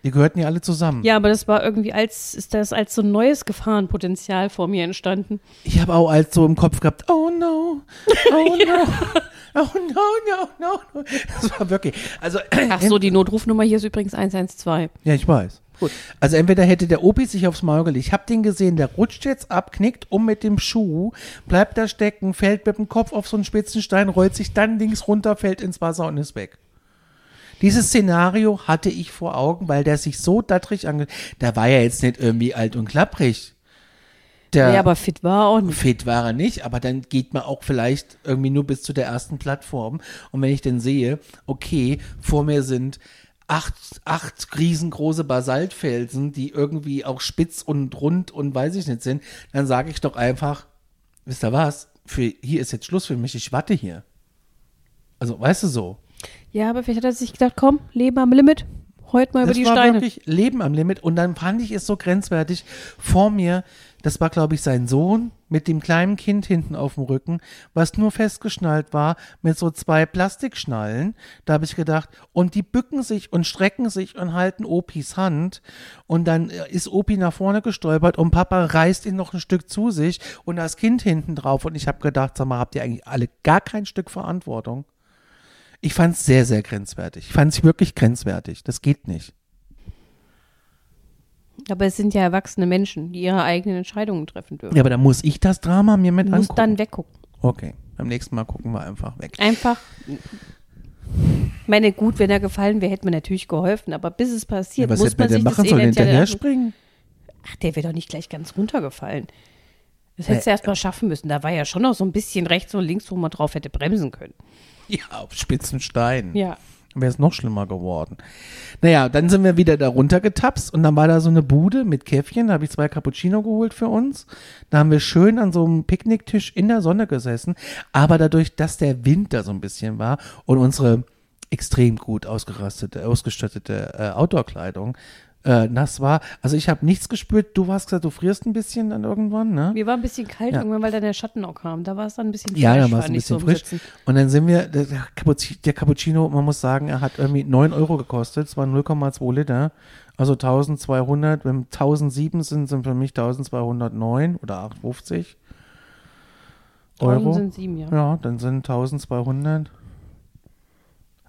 Speaker 3: Die gehörten ja alle zusammen.
Speaker 4: Ja, aber das war irgendwie als, ist das als so ein neues Gefahrenpotenzial vor mir entstanden.
Speaker 3: Ich habe auch als so im Kopf gehabt, oh
Speaker 4: [laughs]
Speaker 3: no, oh no, oh no, no, no. Das war wirklich, also,
Speaker 4: Ach so, die Notrufnummer hier ist übrigens 112.
Speaker 3: ja, ich weiß.
Speaker 4: Gut.
Speaker 3: Also entweder hätte der Opi sich aufs Maul gelegt. Ich habe den gesehen, der rutscht jetzt ab, knickt um mit dem Schuh, bleibt da stecken, fällt mit dem Kopf auf so einen spitzen Stein, rollt sich dann links runter, fällt ins Wasser und ist weg. Dieses Szenario hatte ich vor Augen, weil der sich so dattrig ange... Der war ja jetzt nicht irgendwie alt und klapprig. Der,
Speaker 4: Ja, aber fit war er auch nicht.
Speaker 3: Fit war er nicht, aber dann geht man auch vielleicht irgendwie nur bis zu der ersten Plattform. Und wenn ich dann sehe, okay, vor mir sind acht, acht riesengroße Basaltfelsen, die irgendwie auch spitz und rund und weiß ich nicht sind, dann sage ich doch einfach, wisst ihr was, für, hier ist jetzt Schluss für mich, ich warte hier. Also, weißt du so.
Speaker 4: Ja, aber vielleicht hat er sich gedacht, komm, Leben am Limit, heute mal über
Speaker 3: Das
Speaker 4: die
Speaker 3: war
Speaker 4: Steine.
Speaker 3: wirklich Leben am Limit. Und dann fand ich es so grenzwertig. Vor mir, das war, glaube ich, sein Sohn mit dem kleinen Kind hinten auf dem Rücken, was nur festgeschnallt war mit so zwei Plastikschnallen. Da habe ich gedacht, und die bücken sich und strecken sich und halten Opis Hand. Und dann äh, ist Opi nach vorne gestolpert und Papa reißt ihn noch ein Stück zu sich und das Kind hinten drauf. Und ich habe gedacht, sag mal, habt ihr eigentlich alle gar kein Stück Verantwortung? Ich fand es sehr, sehr grenzwertig. Ich fand es wirklich grenzwertig. Das geht nicht.
Speaker 4: Aber es sind ja erwachsene Menschen, die ihre eigenen Entscheidungen treffen dürfen.
Speaker 3: Ja, aber da muss ich das Drama mir mit
Speaker 4: Du musst
Speaker 3: angucken.
Speaker 4: dann weggucken.
Speaker 3: okay, beim nächsten Mal gucken wir einfach weg.
Speaker 4: Einfach. Ich meine, gut, wenn er gefallen wäre, hätte man natürlich geholfen, aber bis es
Speaker 3: Ja,
Speaker 4: passiert,
Speaker 3: was
Speaker 4: muss
Speaker 3: hätten wir
Speaker 4: man
Speaker 3: denn
Speaker 4: sich
Speaker 3: machen
Speaker 4: das
Speaker 3: sollen?
Speaker 4: Elend ja
Speaker 3: Hinterher
Speaker 4: dann-
Speaker 3: springen?
Speaker 4: Ach, der wäre doch nicht gleich ganz runtergefallen. Das
Speaker 3: Äh,
Speaker 4: hättest du erst mal schaffen müssen. Da war ja schon noch so ein bisschen rechts und links, wo man drauf hätte bremsen können.
Speaker 3: [laughs] Ja, auf spitzen Steinen.
Speaker 4: Ja.
Speaker 3: Wäre es noch schlimmer geworden. Naja, dann sind wir wieder da runtergetapst und dann war da so eine Bude mit Käffchen. Da habe ich zwei Cappuccino geholt für uns. Da haben wir schön an so einem Picknicktisch in der Sonne gesessen. Aber dadurch, dass der Winter so ein bisschen war und unsere extrem gut ausgerastete, ausgestattete äh, Outdoor-Kleidung äh, nass war. Also ich habe nichts gespürt. Du hast gesagt, du frierst ein bisschen dann irgendwann, ne?
Speaker 4: Mir war ein bisschen kalt
Speaker 3: Ja.
Speaker 4: irgendwann, weil dann der Schatten auch kam. Da war es dann ein bisschen
Speaker 3: Ja, dann
Speaker 4: frisch,
Speaker 3: war es ein
Speaker 4: fand ich,
Speaker 3: bisschen
Speaker 4: so im
Speaker 3: frisch.
Speaker 4: Sitzen.
Speaker 3: Und dann sind wir, der, der Cappucci- der Cappuccino, man muss sagen, er hat irgendwie 9 Euro gekostet, es waren 0,2 Liter, also 1200, wenn 1007 sind, sind für mich 1209 oder 850
Speaker 4: Tausend
Speaker 3: Euro.
Speaker 4: sind sieben, ja.
Speaker 3: Ja, dann sind 1200.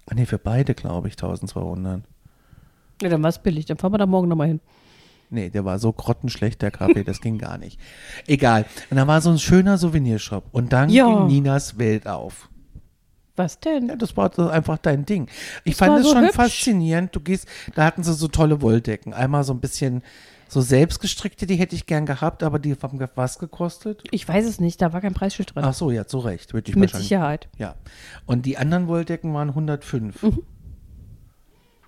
Speaker 3: Ah nee, für beide glaube ich 1200.
Speaker 4: ja. Dann war es billig. Dann fahren wir da morgen nochmal hin.
Speaker 3: Nee, der war so grottenschlecht,
Speaker 4: [laughs]
Speaker 3: der Kaffee, das ging gar nicht. Egal. Und da war so ein schöner Souvenirshop. Und dann
Speaker 4: Ja.
Speaker 3: ging Ninas Welt auf.
Speaker 4: Was
Speaker 3: Ja,
Speaker 4: denn?
Speaker 3: das war so einfach dein Ding. Ich
Speaker 4: war
Speaker 3: fand es
Speaker 4: so
Speaker 3: schon
Speaker 4: hübsch.
Speaker 3: faszinierend. Du gehst, da hatten sie so tolle Wolldecken. Einmal so ein bisschen so selbstgestrickte, die hätte ich gern gehabt, aber die haben ge- was gekostet?
Speaker 4: Ich weiß es nicht, da war kein Preisschild drin.
Speaker 3: Ach so, ja, zu Recht, würde ich
Speaker 4: Mit
Speaker 3: wahrscheinlich.
Speaker 4: Sicherheit.
Speaker 3: Ja. Und die anderen Wolldecken waren 105.
Speaker 4: Mhm.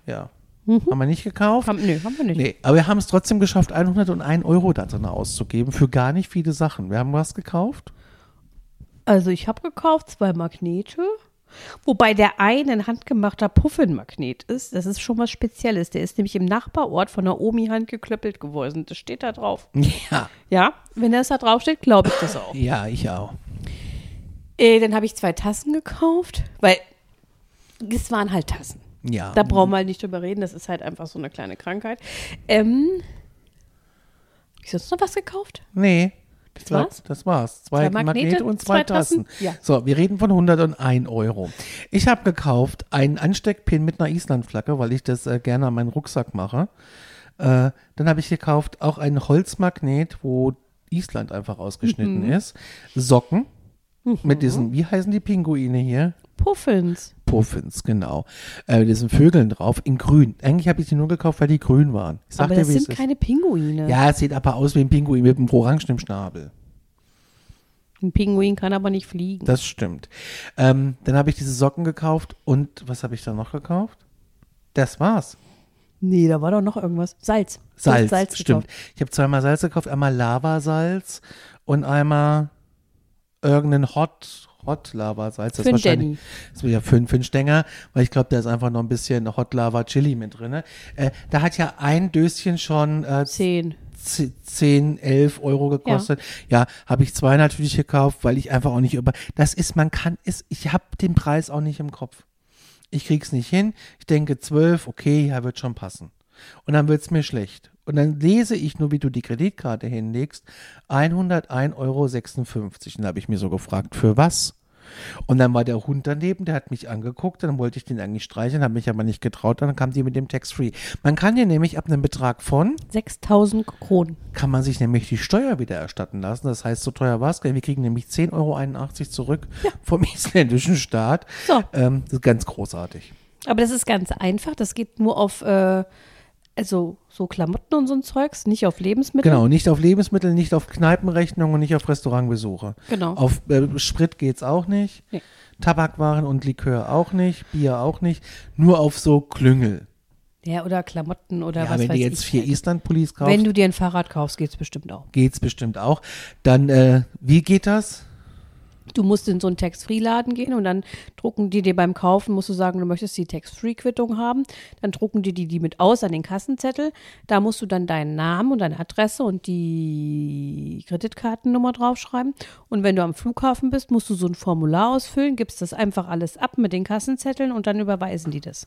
Speaker 3: Ja. Haben wir nicht gekauft?
Speaker 4: Haben, nö, haben wir nicht.
Speaker 3: Nee, aber wir haben es trotzdem geschafft, 101 Euro da drin auszugeben für gar nicht viele Sachen. Wir haben was gekauft.
Speaker 4: Also ich habe gekauft zwei Magnete, wobei der eine ein handgemachter Puffinmagnet ist. Das ist schon was Spezielles. Der ist nämlich im Nachbarort von der Omi handgeklöppelt geworden. Das steht da drauf.
Speaker 3: Ja.
Speaker 4: Ja, wenn das da drauf steht, glaube ich das auch.
Speaker 3: Ja, ich auch.
Speaker 4: Äh, dann habe ich zwei Tassen gekauft, weil es waren halt Tassen.
Speaker 3: Ja.
Speaker 4: Da brauchen wir halt nicht drüber reden. Das ist halt einfach so eine kleine Krankheit. Ähm, hab ich sonst noch was gekauft?
Speaker 3: Nee. Das
Speaker 4: war's?
Speaker 3: Das war's. Zwei,
Speaker 4: Zwei Magnete,
Speaker 3: Magnete, und zwei,
Speaker 4: zwei Tassen.
Speaker 3: Tassen.
Speaker 4: Ja.
Speaker 3: So, wir reden von 101 Euro. Ich habe gekauft einen Ansteckpin mit einer Islandflagge, weil ich das äh, gerne an meinen Rucksack mache. Äh, dann habe ich gekauft auch einen Holzmagnet, wo Island einfach ausgeschnitten
Speaker 4: Mhm.
Speaker 3: ist. Socken mit diesen, wie heißen die Pinguine hier?
Speaker 4: Puffins.
Speaker 3: Puffins, genau. Äh, mit diesen Vögeln drauf in grün. Eigentlich habe ich die nur gekauft, weil die grün waren. Ich sag
Speaker 4: Aber
Speaker 3: dir,
Speaker 4: das
Speaker 3: wie
Speaker 4: sind
Speaker 3: es ist.
Speaker 4: keine Pinguine.
Speaker 3: Ja, es sieht aber aus wie ein Pinguin mit einem orangenen Schnabel.
Speaker 4: Ein Pinguin kann aber nicht fliegen.
Speaker 3: Das stimmt. Ähm, dann habe ich diese Socken gekauft und was habe ich dann noch gekauft? Das war's.
Speaker 4: Nee, da war doch noch irgendwas. Salz. Du hast
Speaker 3: Salz, stimmt.
Speaker 4: gekauft.
Speaker 3: Ich habe zweimal Salz gekauft, einmal Lavasalz und einmal irgendein Hot Hot Lavasalz.
Speaker 4: Für den
Speaker 3: wahrscheinlich das wäre ja für, für den Stänger, weil ich glaube, da ist einfach noch ein bisschen Hot Lava Chili mit drin. Äh, da hat ja ein Döschen schon äh,
Speaker 4: Zehn.
Speaker 3: 10, 11 Euro gekostet. Ja, habe ich zwei natürlich gekauft, weil ich einfach auch nicht über. Das ist, man kann es, ich habe den Preis auch nicht im Kopf. Ich krieg's nicht hin. Ich denke 12, okay, ja, wird schon passen. Und dann wird's mir schlecht. Und dann lese ich nur, wie du die Kreditkarte hinlegst, 101,56 Euro. Und da habe ich mir so gefragt, für was? Und dann war der Hund daneben, der hat mich angeguckt, dann wollte ich den eigentlich streicheln, habe mich aber nicht getraut, dann kam die mit dem Tax-Free. Man kann dir nämlich ab einem Betrag von
Speaker 4: 6000 Kronen.
Speaker 3: kann man sich nämlich die Steuer wieder erstatten lassen. Das heißt, so teuer war es gar nicht. Wir kriegen nämlich 10,81 Euro zurück vom [laughs] isländischen Staat.
Speaker 4: So.
Speaker 3: Ähm, das ist ganz großartig.
Speaker 4: Aber das ist ganz einfach. Das geht nur auf äh, also so Klamotten und so ein Zeugs, nicht auf Lebensmittel.
Speaker 3: Genau, nicht auf Lebensmittel, nicht auf Kneipenrechnungen, nicht auf Restaurantbesuche.
Speaker 4: Genau.
Speaker 3: Auf äh, Sprit geht's auch nicht.
Speaker 4: Nee.
Speaker 3: Tabakwaren und Likör auch nicht, Bier auch nicht, nur auf so Klüngel.
Speaker 4: Ja, oder Klamotten oder
Speaker 3: Ja,
Speaker 4: was
Speaker 3: wenn
Speaker 4: weiß
Speaker 3: du jetzt
Speaker 4: ich. halt.
Speaker 3: vier Island-Police kaufst,
Speaker 4: wenn du dir ein Fahrrad kaufst, geht es bestimmt auch.
Speaker 3: geht's bestimmt auch. Dann, äh, wie geht das?
Speaker 4: Du musst in so einen Tax-Free-Laden gehen und dann drucken die dir beim Kaufen, musst du sagen, du möchtest die Tax-Free-Quittung haben. Dann drucken die die, die mit aus an den Kassenzettel. Da musst du dann deinen Namen und deine Adresse und die Kreditkartennummer draufschreiben. Und wenn du am Flughafen bist, musst du so ein Formular ausfüllen, gibst das einfach alles ab mit den Kassenzetteln und dann überweisen die das.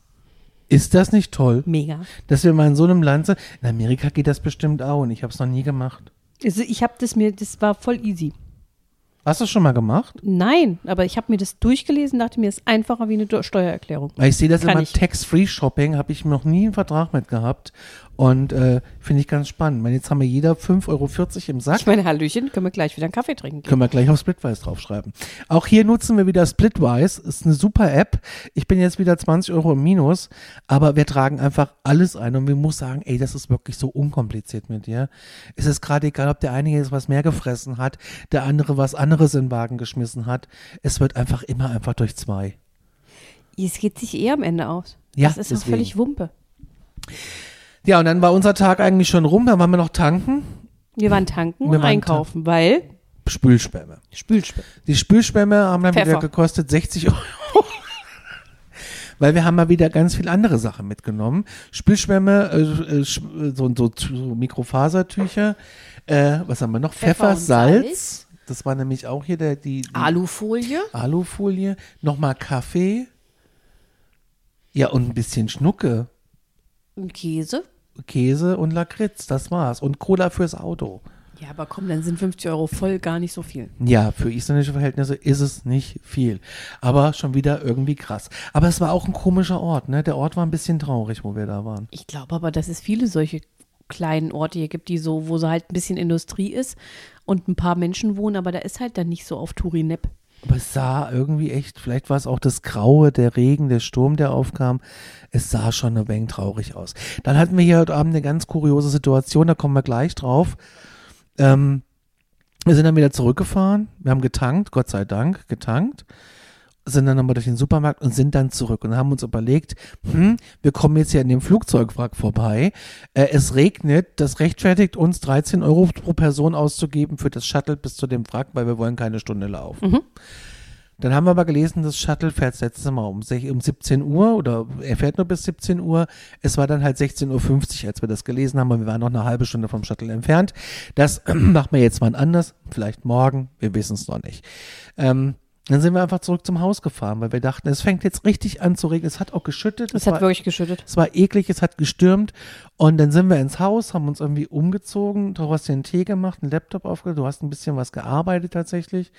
Speaker 3: Ist das nicht toll?
Speaker 4: Mega.
Speaker 3: dass wir mal in so einem Land sind. In Amerika geht das bestimmt auch und ich habe es noch nie gemacht.
Speaker 4: Also ich habe das mir, das war voll easy.
Speaker 3: Hast du es schon mal gemacht?
Speaker 4: Nein, aber ich habe mir das durchgelesen, dachte mir, es ist einfacher wie eine Do- Steuererklärung.
Speaker 3: Weil ich sehe das
Speaker 4: Kann
Speaker 3: immer
Speaker 4: ich.
Speaker 3: Tax-Free-Shopping, habe ich noch nie einen Vertrag mit gehabt und äh, finde ich ganz spannend. Ich meine, jetzt haben wir jeder 5,40 Euro im Sack.
Speaker 4: Ich meine, Hallöchen, können wir gleich wieder einen Kaffee trinken gehen.
Speaker 3: Können wir gleich auf Splitwise draufschreiben. Auch hier nutzen wir wieder Splitwise. Ist eine super App. Ich bin jetzt wieder 20 Euro im Minus, aber wir tragen einfach alles ein und wir muss sagen, ey, das ist wirklich so unkompliziert mit dir. Es ist gerade egal, ob der eine jetzt was mehr gefressen hat, der andere was anderes in den Wagen geschmissen hat. Es wird einfach immer einfach durch zwei.
Speaker 4: Es geht sich eh am Ende aus.
Speaker 3: Ja,
Speaker 4: das ist auch
Speaker 3: deswegen.
Speaker 4: völlig Wumpe.
Speaker 3: Ja, und dann war unser Tag eigentlich schon rum. Dann waren wir noch tanken.
Speaker 4: Wir waren tanken
Speaker 3: Wir
Speaker 4: und
Speaker 3: waren
Speaker 4: einkaufen, weil
Speaker 3: Spülschwämme.
Speaker 4: Spülspül.
Speaker 3: Die Spülschwämme haben dann wieder
Speaker 4: Pfeffer.
Speaker 3: gekostet 60 Euro. [laughs] Weil wir haben mal wieder ganz viel andere Sachen mitgenommen. Spülschwämme, äh, äh, Sch- äh, so, so, so Mikrofasertücher. Äh, was haben wir noch?
Speaker 4: Pfeffer
Speaker 3: Pfeffer,
Speaker 4: und
Speaker 3: Salz.
Speaker 4: Salz.
Speaker 3: Das war nämlich auch hier der, die, die
Speaker 4: Alufolie.
Speaker 3: Alufolie. Nochmal Kaffee. Ja, und ein bisschen Schnucke.
Speaker 4: Und Käse.
Speaker 3: Käse und Lakritz, das war's. Und Cola fürs Auto.
Speaker 4: Ja, aber komm, dann sind 50 Euro voll gar nicht so viel.
Speaker 3: Ja, für isländische Verhältnisse ist es nicht viel. Aber schon wieder irgendwie krass. Aber es war auch ein komischer Ort, ne? Der Ort war ein bisschen traurig, wo wir da waren.
Speaker 4: Ich glaube aber, dass es viele solche kleinen Orte hier gibt, die so, wo so halt ein bisschen Industrie ist und ein paar Menschen wohnen, aber da ist halt dann nicht so auf Turinep.
Speaker 3: Aber es sah irgendwie echt, vielleicht war es auch das Graue, der Regen, der Sturm, der aufkam. Es sah schon ein wenig traurig aus. Dann hatten wir hier heute Abend eine ganz kuriose Situation, da kommen wir gleich drauf. Ähm, wir sind dann wieder zurückgefahren, wir haben getankt, Gott sei Dank, getankt, sind dann nochmal durch den Supermarkt und sind dann zurück und haben uns überlegt, hm, wir kommen jetzt hier an dem Flugzeugwrack vorbei. Äh, es regnet, das rechtfertigt uns 13 Euro pro Person auszugeben für das Shuttle bis zu dem Wrack, weil wir wollen keine Stunde laufen. Dann haben wir aber gelesen, das Shuttle fährt das letzte Mal um, sech- um 17 Uhr oder er fährt nur bis 17 Uhr. Es war dann halt 16.50 Uhr, als wir das gelesen haben, und wir waren noch eine halbe Stunde vom Shuttle entfernt. Das [clears throat] machen wir jetzt mal anders, vielleicht morgen, wir wissen es noch nicht. Ähm, dann sind wir einfach zurück zum Haus gefahren, weil wir dachten, es fängt jetzt richtig an zu regnen. Es hat auch geschüttet.
Speaker 4: Das hat
Speaker 3: war-
Speaker 4: wirklich geschüttet.
Speaker 3: es war eklig, es hat gestürmt. Und dann sind wir ins Haus, haben uns irgendwie umgezogen. Du hast dir einen Tee gemacht, einen Laptop aufgehört, du hast ein bisschen was gearbeitet tatsächlich.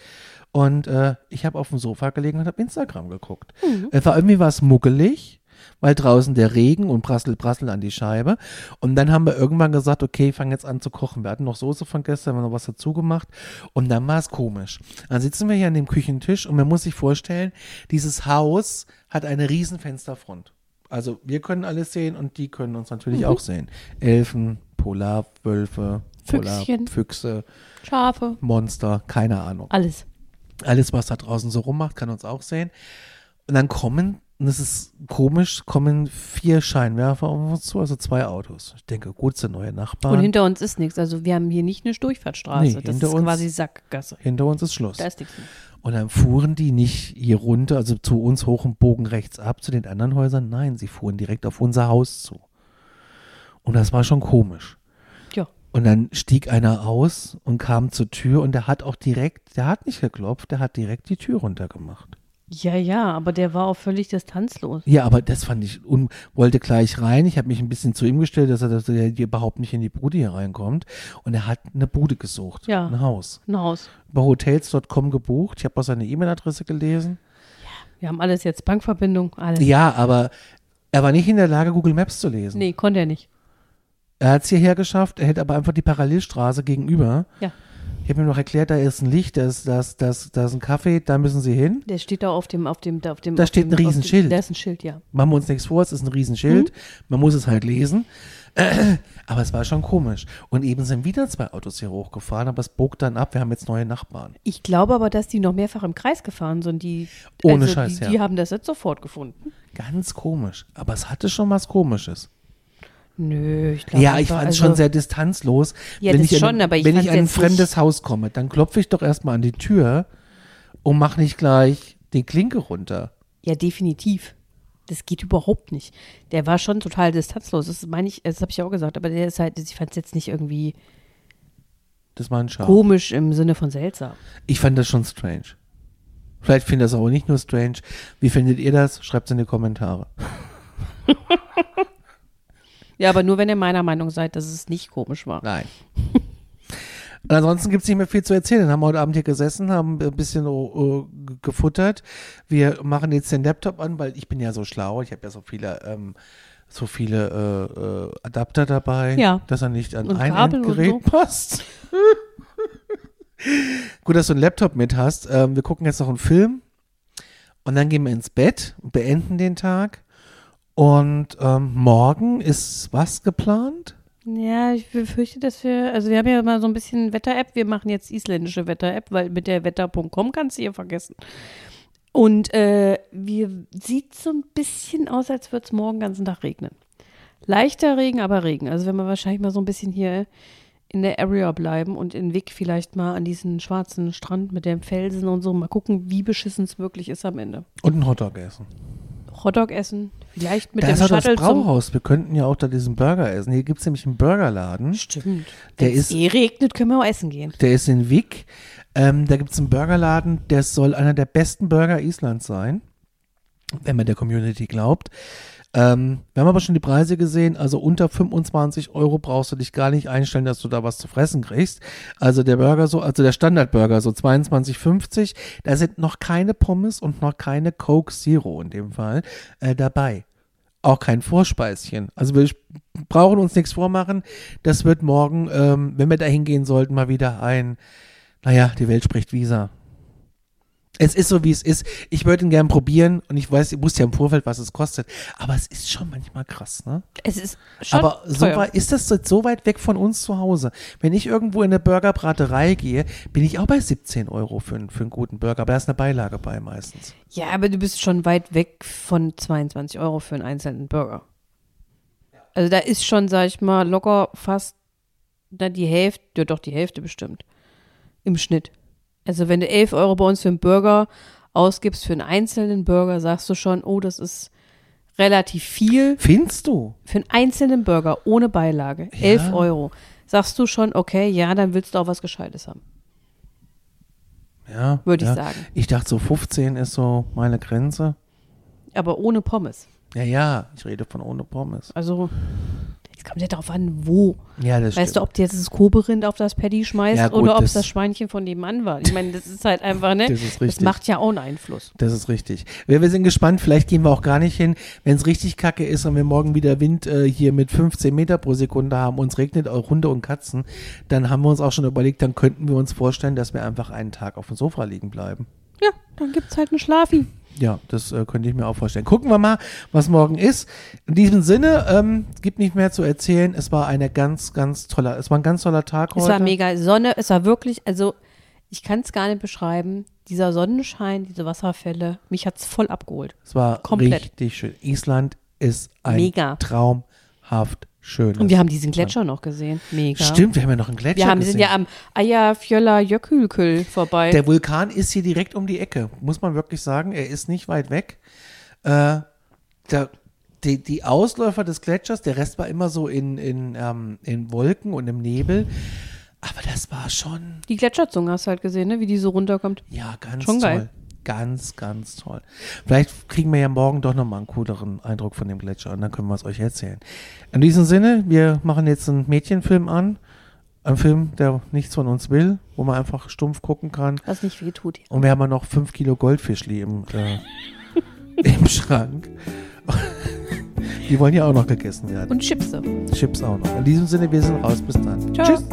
Speaker 3: Und äh, ich habe auf dem Sofa gelegen und habe Instagram geguckt. Äh, war irgendwie was muckelig, weil draußen der Regen und prassel, prassel an die Scheibe. Und dann haben wir irgendwann gesagt, okay, fang jetzt an zu kochen. Wir hatten noch Soße von gestern, wir haben noch was dazu gemacht. Und dann war es komisch. Dann sitzen wir hier an dem Küchentisch und man muss sich vorstellen, dieses Haus hat eine riesen Fensterfront. Also wir können alles sehen und die können uns natürlich auch sehen. Elfen, Polarwölfe,
Speaker 4: Füchschen.
Speaker 3: Polar, Füchse,
Speaker 4: Schafe.
Speaker 3: Monster, keine Ahnung.
Speaker 4: Alles.
Speaker 3: Alles, was da draußen so rummacht, kann uns auch sehen. Und dann kommen, und das ist komisch, kommen vier Scheinwerfer auf uns zu, also zwei Autos. Ich denke, gut, sind neue Nachbarn.
Speaker 4: Und hinter uns ist nichts. Also wir haben hier nicht eine
Speaker 3: Nee,
Speaker 4: Durchfahrtsstraße. das
Speaker 3: hinter
Speaker 4: ist
Speaker 3: uns-
Speaker 4: quasi Sackgasse.
Speaker 3: Hinter uns ist Schluss.
Speaker 4: Da ist nichts. mehr.
Speaker 3: Und dann fuhren die nicht hier runter, also zu uns hoch und bogen rechts ab, zu den anderen Häusern. Nein, sie fuhren direkt auf unser Haus zu. Und das war schon komisch.
Speaker 4: Tja.
Speaker 3: Und dann stieg einer aus und kam zur Tür und der hat auch direkt, der hat nicht geklopft, der hat direkt die Tür runtergemacht.
Speaker 4: Ja, ja, aber der war auch völlig distanzlos.
Speaker 3: Ja, aber das fand ich, un wollte gleich rein. Ich habe mich ein bisschen zu ihm gestellt, dass er, dass er hier überhaupt nicht in die Bude hier reinkommt. Und er hat eine Bude gesucht,
Speaker 4: Ja.
Speaker 3: ein Haus.
Speaker 4: Ein Haus.
Speaker 3: Bei hotels.com gebucht. Ich habe auch seine E-Mail-Adresse gelesen.
Speaker 4: Wir haben alles jetzt. Bankverbindung, alles.
Speaker 3: Ja, aber er war nicht in der Lage, Google Maps zu lesen.
Speaker 4: Nee, konnte er nicht.
Speaker 3: Er hat es hierher geschafft, er hätte aber einfach die Parallelstraße gegenüber.
Speaker 4: Ja.
Speaker 3: Ich habe ihm noch erklärt, da ist ein Licht, da ist, da ist, da ist, da ist ein Kaffee, da müssen sie hin.
Speaker 4: Der steht da auf dem, auf dem, da auf dem.
Speaker 3: Da
Speaker 4: auf
Speaker 3: steht
Speaker 4: dem,
Speaker 3: ein
Speaker 4: auf dem-
Speaker 3: Riesenschild.
Speaker 4: Da ist ein Schild, ja.
Speaker 3: Machen wir uns nichts vor, es ist ein Riesenschild,
Speaker 4: Mhm.
Speaker 3: man muss es halt lesen. Äh, Aber es war schon komisch. Und eben sind wieder zwei Autos hier hochgefahren, aber es bog dann ab, wir haben jetzt neue Nachbarn.
Speaker 4: Ich glaube aber, dass die noch mehrfach im Kreis gefahren sind. Die,
Speaker 3: Ohne
Speaker 4: also
Speaker 3: Scheiß,
Speaker 4: die,
Speaker 3: ja.
Speaker 4: die haben das jetzt sofort gefunden.
Speaker 3: Ganz komisch. Aber es hatte schon was Komisches.
Speaker 4: Nö, ich glaube
Speaker 3: Ja,
Speaker 4: das
Speaker 3: ich
Speaker 4: war-
Speaker 3: fand es
Speaker 4: also-
Speaker 3: schon sehr distanzlos.
Speaker 4: Ja,
Speaker 3: wenn
Speaker 4: das
Speaker 3: ich
Speaker 4: schon,
Speaker 3: an,
Speaker 4: aber ich
Speaker 3: Wenn ich
Speaker 4: fand's
Speaker 3: an ein
Speaker 4: jetzt nicht-
Speaker 3: fremdes Haus komme, dann klopfe ich doch erstmal an die Tür und mach nicht gleich die Klinke runter.
Speaker 4: Ja, definitiv. Das geht überhaupt nicht. Der war schon total distanzlos. Das meine ich, das habe ich ja auch gesagt, aber der ist halt, ich fand es jetzt nicht irgendwie
Speaker 3: Das war ein Schau.
Speaker 4: komisch im Sinne von seltsam.
Speaker 3: Ich fand das schon strange. Vielleicht findet das aber nicht nur strange. Wie findet ihr das? Schreibt es in die Kommentare.
Speaker 4: Ja, aber nur wenn ihr meiner Meinung seid, dass es nicht komisch war.
Speaker 3: Nein. Und ansonsten gibt es nicht mehr viel zu erzählen. Dann haben wir heute Abend hier gesessen, haben ein bisschen uh, g- gefuttert. Wir machen jetzt den Laptop an, weil ich bin ja so schlau. Ich habe ja so viele, ähm, so viele äh, äh, Adapter dabei,
Speaker 4: Ja.
Speaker 3: dass er nicht an
Speaker 4: Und
Speaker 3: ein
Speaker 4: Kabel und
Speaker 3: Endgerät passt. [laughs] Gut, dass du einen Laptop mit hast. Ähm, wir gucken jetzt noch einen Film und dann gehen wir ins Bett und beenden den Tag. Und ähm, morgen ist was geplant?
Speaker 4: Ja, ich befürchte, dass wir, also wir haben ja mal so ein bisschen Wetter-App, wir machen jetzt isländische Wetter-App, weil mit der Wetter.com kannst du hier vergessen. Und äh, wir sieht so ein bisschen aus, als würde es morgen den ganzen Tag regnen. Leichter Regen, aber Regen. Also wenn wir wahrscheinlich mal so ein bisschen hier in der Area bleiben und in Wick vielleicht mal an diesen schwarzen Strand mit dem Felsen und so, mal gucken, wie beschissen es wirklich ist am Ende.
Speaker 3: Und einen Hotdog essen.
Speaker 4: Hotdog essen, vielleicht mit
Speaker 3: da
Speaker 4: dem
Speaker 3: ist doch das
Speaker 4: Shuttle zum...
Speaker 3: Brauhaus. Wir könnten ja auch da diesen Burger essen. Hier gibt es nämlich einen Burgerladen.
Speaker 4: Hm, Stimmt.
Speaker 3: Der
Speaker 4: Wenn es
Speaker 3: ist-
Speaker 4: eh regnet, können wir auch essen gehen.
Speaker 3: Der ist in Wick. Ähm, da gibt es einen Burgerladen, der soll einer der besten Burger Islands sein, wenn man der Community glaubt. Ähm, wir haben aber schon die Preise gesehen. Also unter 25 Euro brauchst du dich gar nicht einstellen, dass du da was zu fressen kriegst. Also der Burger so, also der Standardburger so 22,50. Da sind noch keine Pommes und noch keine Coke Zero in dem Fall äh, dabei. Auch kein Vorspeischen. Also wir brauchen uns nichts vormachen. Das wird morgen, ähm, wenn wir da hingehen sollten, mal wieder ein, naja, die Welt spricht Visa. Es ist so, wie es ist. Ich würde ihn gern probieren und ich weiß, ihr wusst ja im Vorfeld, was es kostet. Aber es ist schon manchmal krass, ne?
Speaker 4: Es ist schon
Speaker 3: Aber so
Speaker 4: teuer.
Speaker 3: weit, ist das jetzt so weit weg von uns zu Hause? Wenn ich irgendwo in eine Burgerbraterei gehe, bin ich auch bei 17 Euro für, einen- für einen guten Burger. Aber da ist eine Beilage bei meistens.
Speaker 4: Ja, aber du bist schon weit weg von 22 Euro für einen einzelnen Burger. Also da ist schon, sag ich mal, locker fast na, die Hälfte, ja doch die Hälfte bestimmt. Im Schnitt. Also wenn du 11 Euro bei uns für einen Burger ausgibst, für einen einzelnen Burger, sagst du schon, oh, das ist relativ viel.
Speaker 3: Findest du?
Speaker 4: Für einen einzelnen Burger ohne Beilage, 11 Euro. Sagst du schon, okay, ja, dann willst du auch was Gescheites haben.
Speaker 3: Ja.
Speaker 4: Würde ich
Speaker 3: ja.
Speaker 4: sagen.
Speaker 3: Ich dachte so 15 ist so meine Grenze.
Speaker 4: Aber ohne Pommes.
Speaker 3: Ja, ja, ich rede von ohne Pommes.
Speaker 4: Also es kommt ja darauf an, wo.
Speaker 3: Ja, das
Speaker 4: Weißt du,
Speaker 3: stimmt.
Speaker 4: ob du jetzt das Koberind auf das Paddy schmeißt
Speaker 3: Ja, gut,
Speaker 4: oder ob
Speaker 3: das-
Speaker 4: es das Schweinchen von nebenan war. Ich meine, das ist halt einfach, ne?
Speaker 3: [laughs] Das ist richtig.
Speaker 4: Das macht ja auch einen Einfluss.
Speaker 3: Das ist richtig. Wir, wir sind gespannt, vielleicht gehen wir auch gar nicht hin, wenn es richtig kacke ist und wir morgen wieder Wind äh, hier mit 15 Meter pro Sekunde haben und es regnet auch Hunde und Katzen, dann haben wir uns auch schon überlegt, dann könnten wir uns vorstellen, dass wir einfach einen Tag auf dem Sofa liegen bleiben.
Speaker 4: Ja, dann gibt es halt einen Schlafi.
Speaker 3: Ja, das äh, könnte ich mir auch vorstellen. Gucken wir mal, was morgen ist. In diesem Sinne, ähm, gibt nicht mehr zu erzählen. Es war eine ganz, ganz toller, es war ein ganz toller Tag heute.
Speaker 4: Es war mega Sonne, es war wirklich, also ich kann es gar nicht beschreiben. Dieser Sonnenschein, diese Wasserfälle, mich hat es voll abgeholt.
Speaker 3: Es war
Speaker 4: Komplett.
Speaker 3: richtig schön. Island ist ein
Speaker 4: Mega.
Speaker 3: traumhaft schönes.
Speaker 4: Und wir haben diesen
Speaker 3: Land.
Speaker 4: Gletscher noch gesehen. Mega.
Speaker 3: Stimmt, wir haben ja noch einen Gletscher
Speaker 4: Wir haben,
Speaker 3: gesehen.
Speaker 4: sind ja am Eyjafjölla Jökulköll vorbei.
Speaker 3: Der Vulkan ist hier direkt um die Ecke, muss man wirklich sagen. Er ist nicht weit weg. Äh, da, die, die Ausläufer des Gletschers, der Rest war immer so in, in, ähm, in Wolken und im Nebel. Aber das war schon,
Speaker 4: die Gletscherzunge hast du halt gesehen, ne? wie die so runterkommt.
Speaker 3: ja, ganz
Speaker 4: Schon
Speaker 3: toll.
Speaker 4: geil.
Speaker 3: Ganz, ganz toll. Vielleicht kriegen wir ja morgen doch nochmal einen cooleren Eindruck von dem Gletscher und dann können wir es euch erzählen. In diesem Sinne, wir machen jetzt einen Mädchenfilm an. Ein Film, der nichts von uns will, wo man einfach stumpf gucken kann.
Speaker 4: Was nicht weh tut.
Speaker 3: Und wir haben ja noch 5 Kilo Goldfischli im, äh, [laughs] im Schrank. [laughs] Die wollen ja auch noch gegessen werden.
Speaker 4: Und Chipse.
Speaker 3: Chips auch noch. In diesem Sinne, wir sind raus. Bis dann.
Speaker 4: Ciao.
Speaker 3: Tschüss.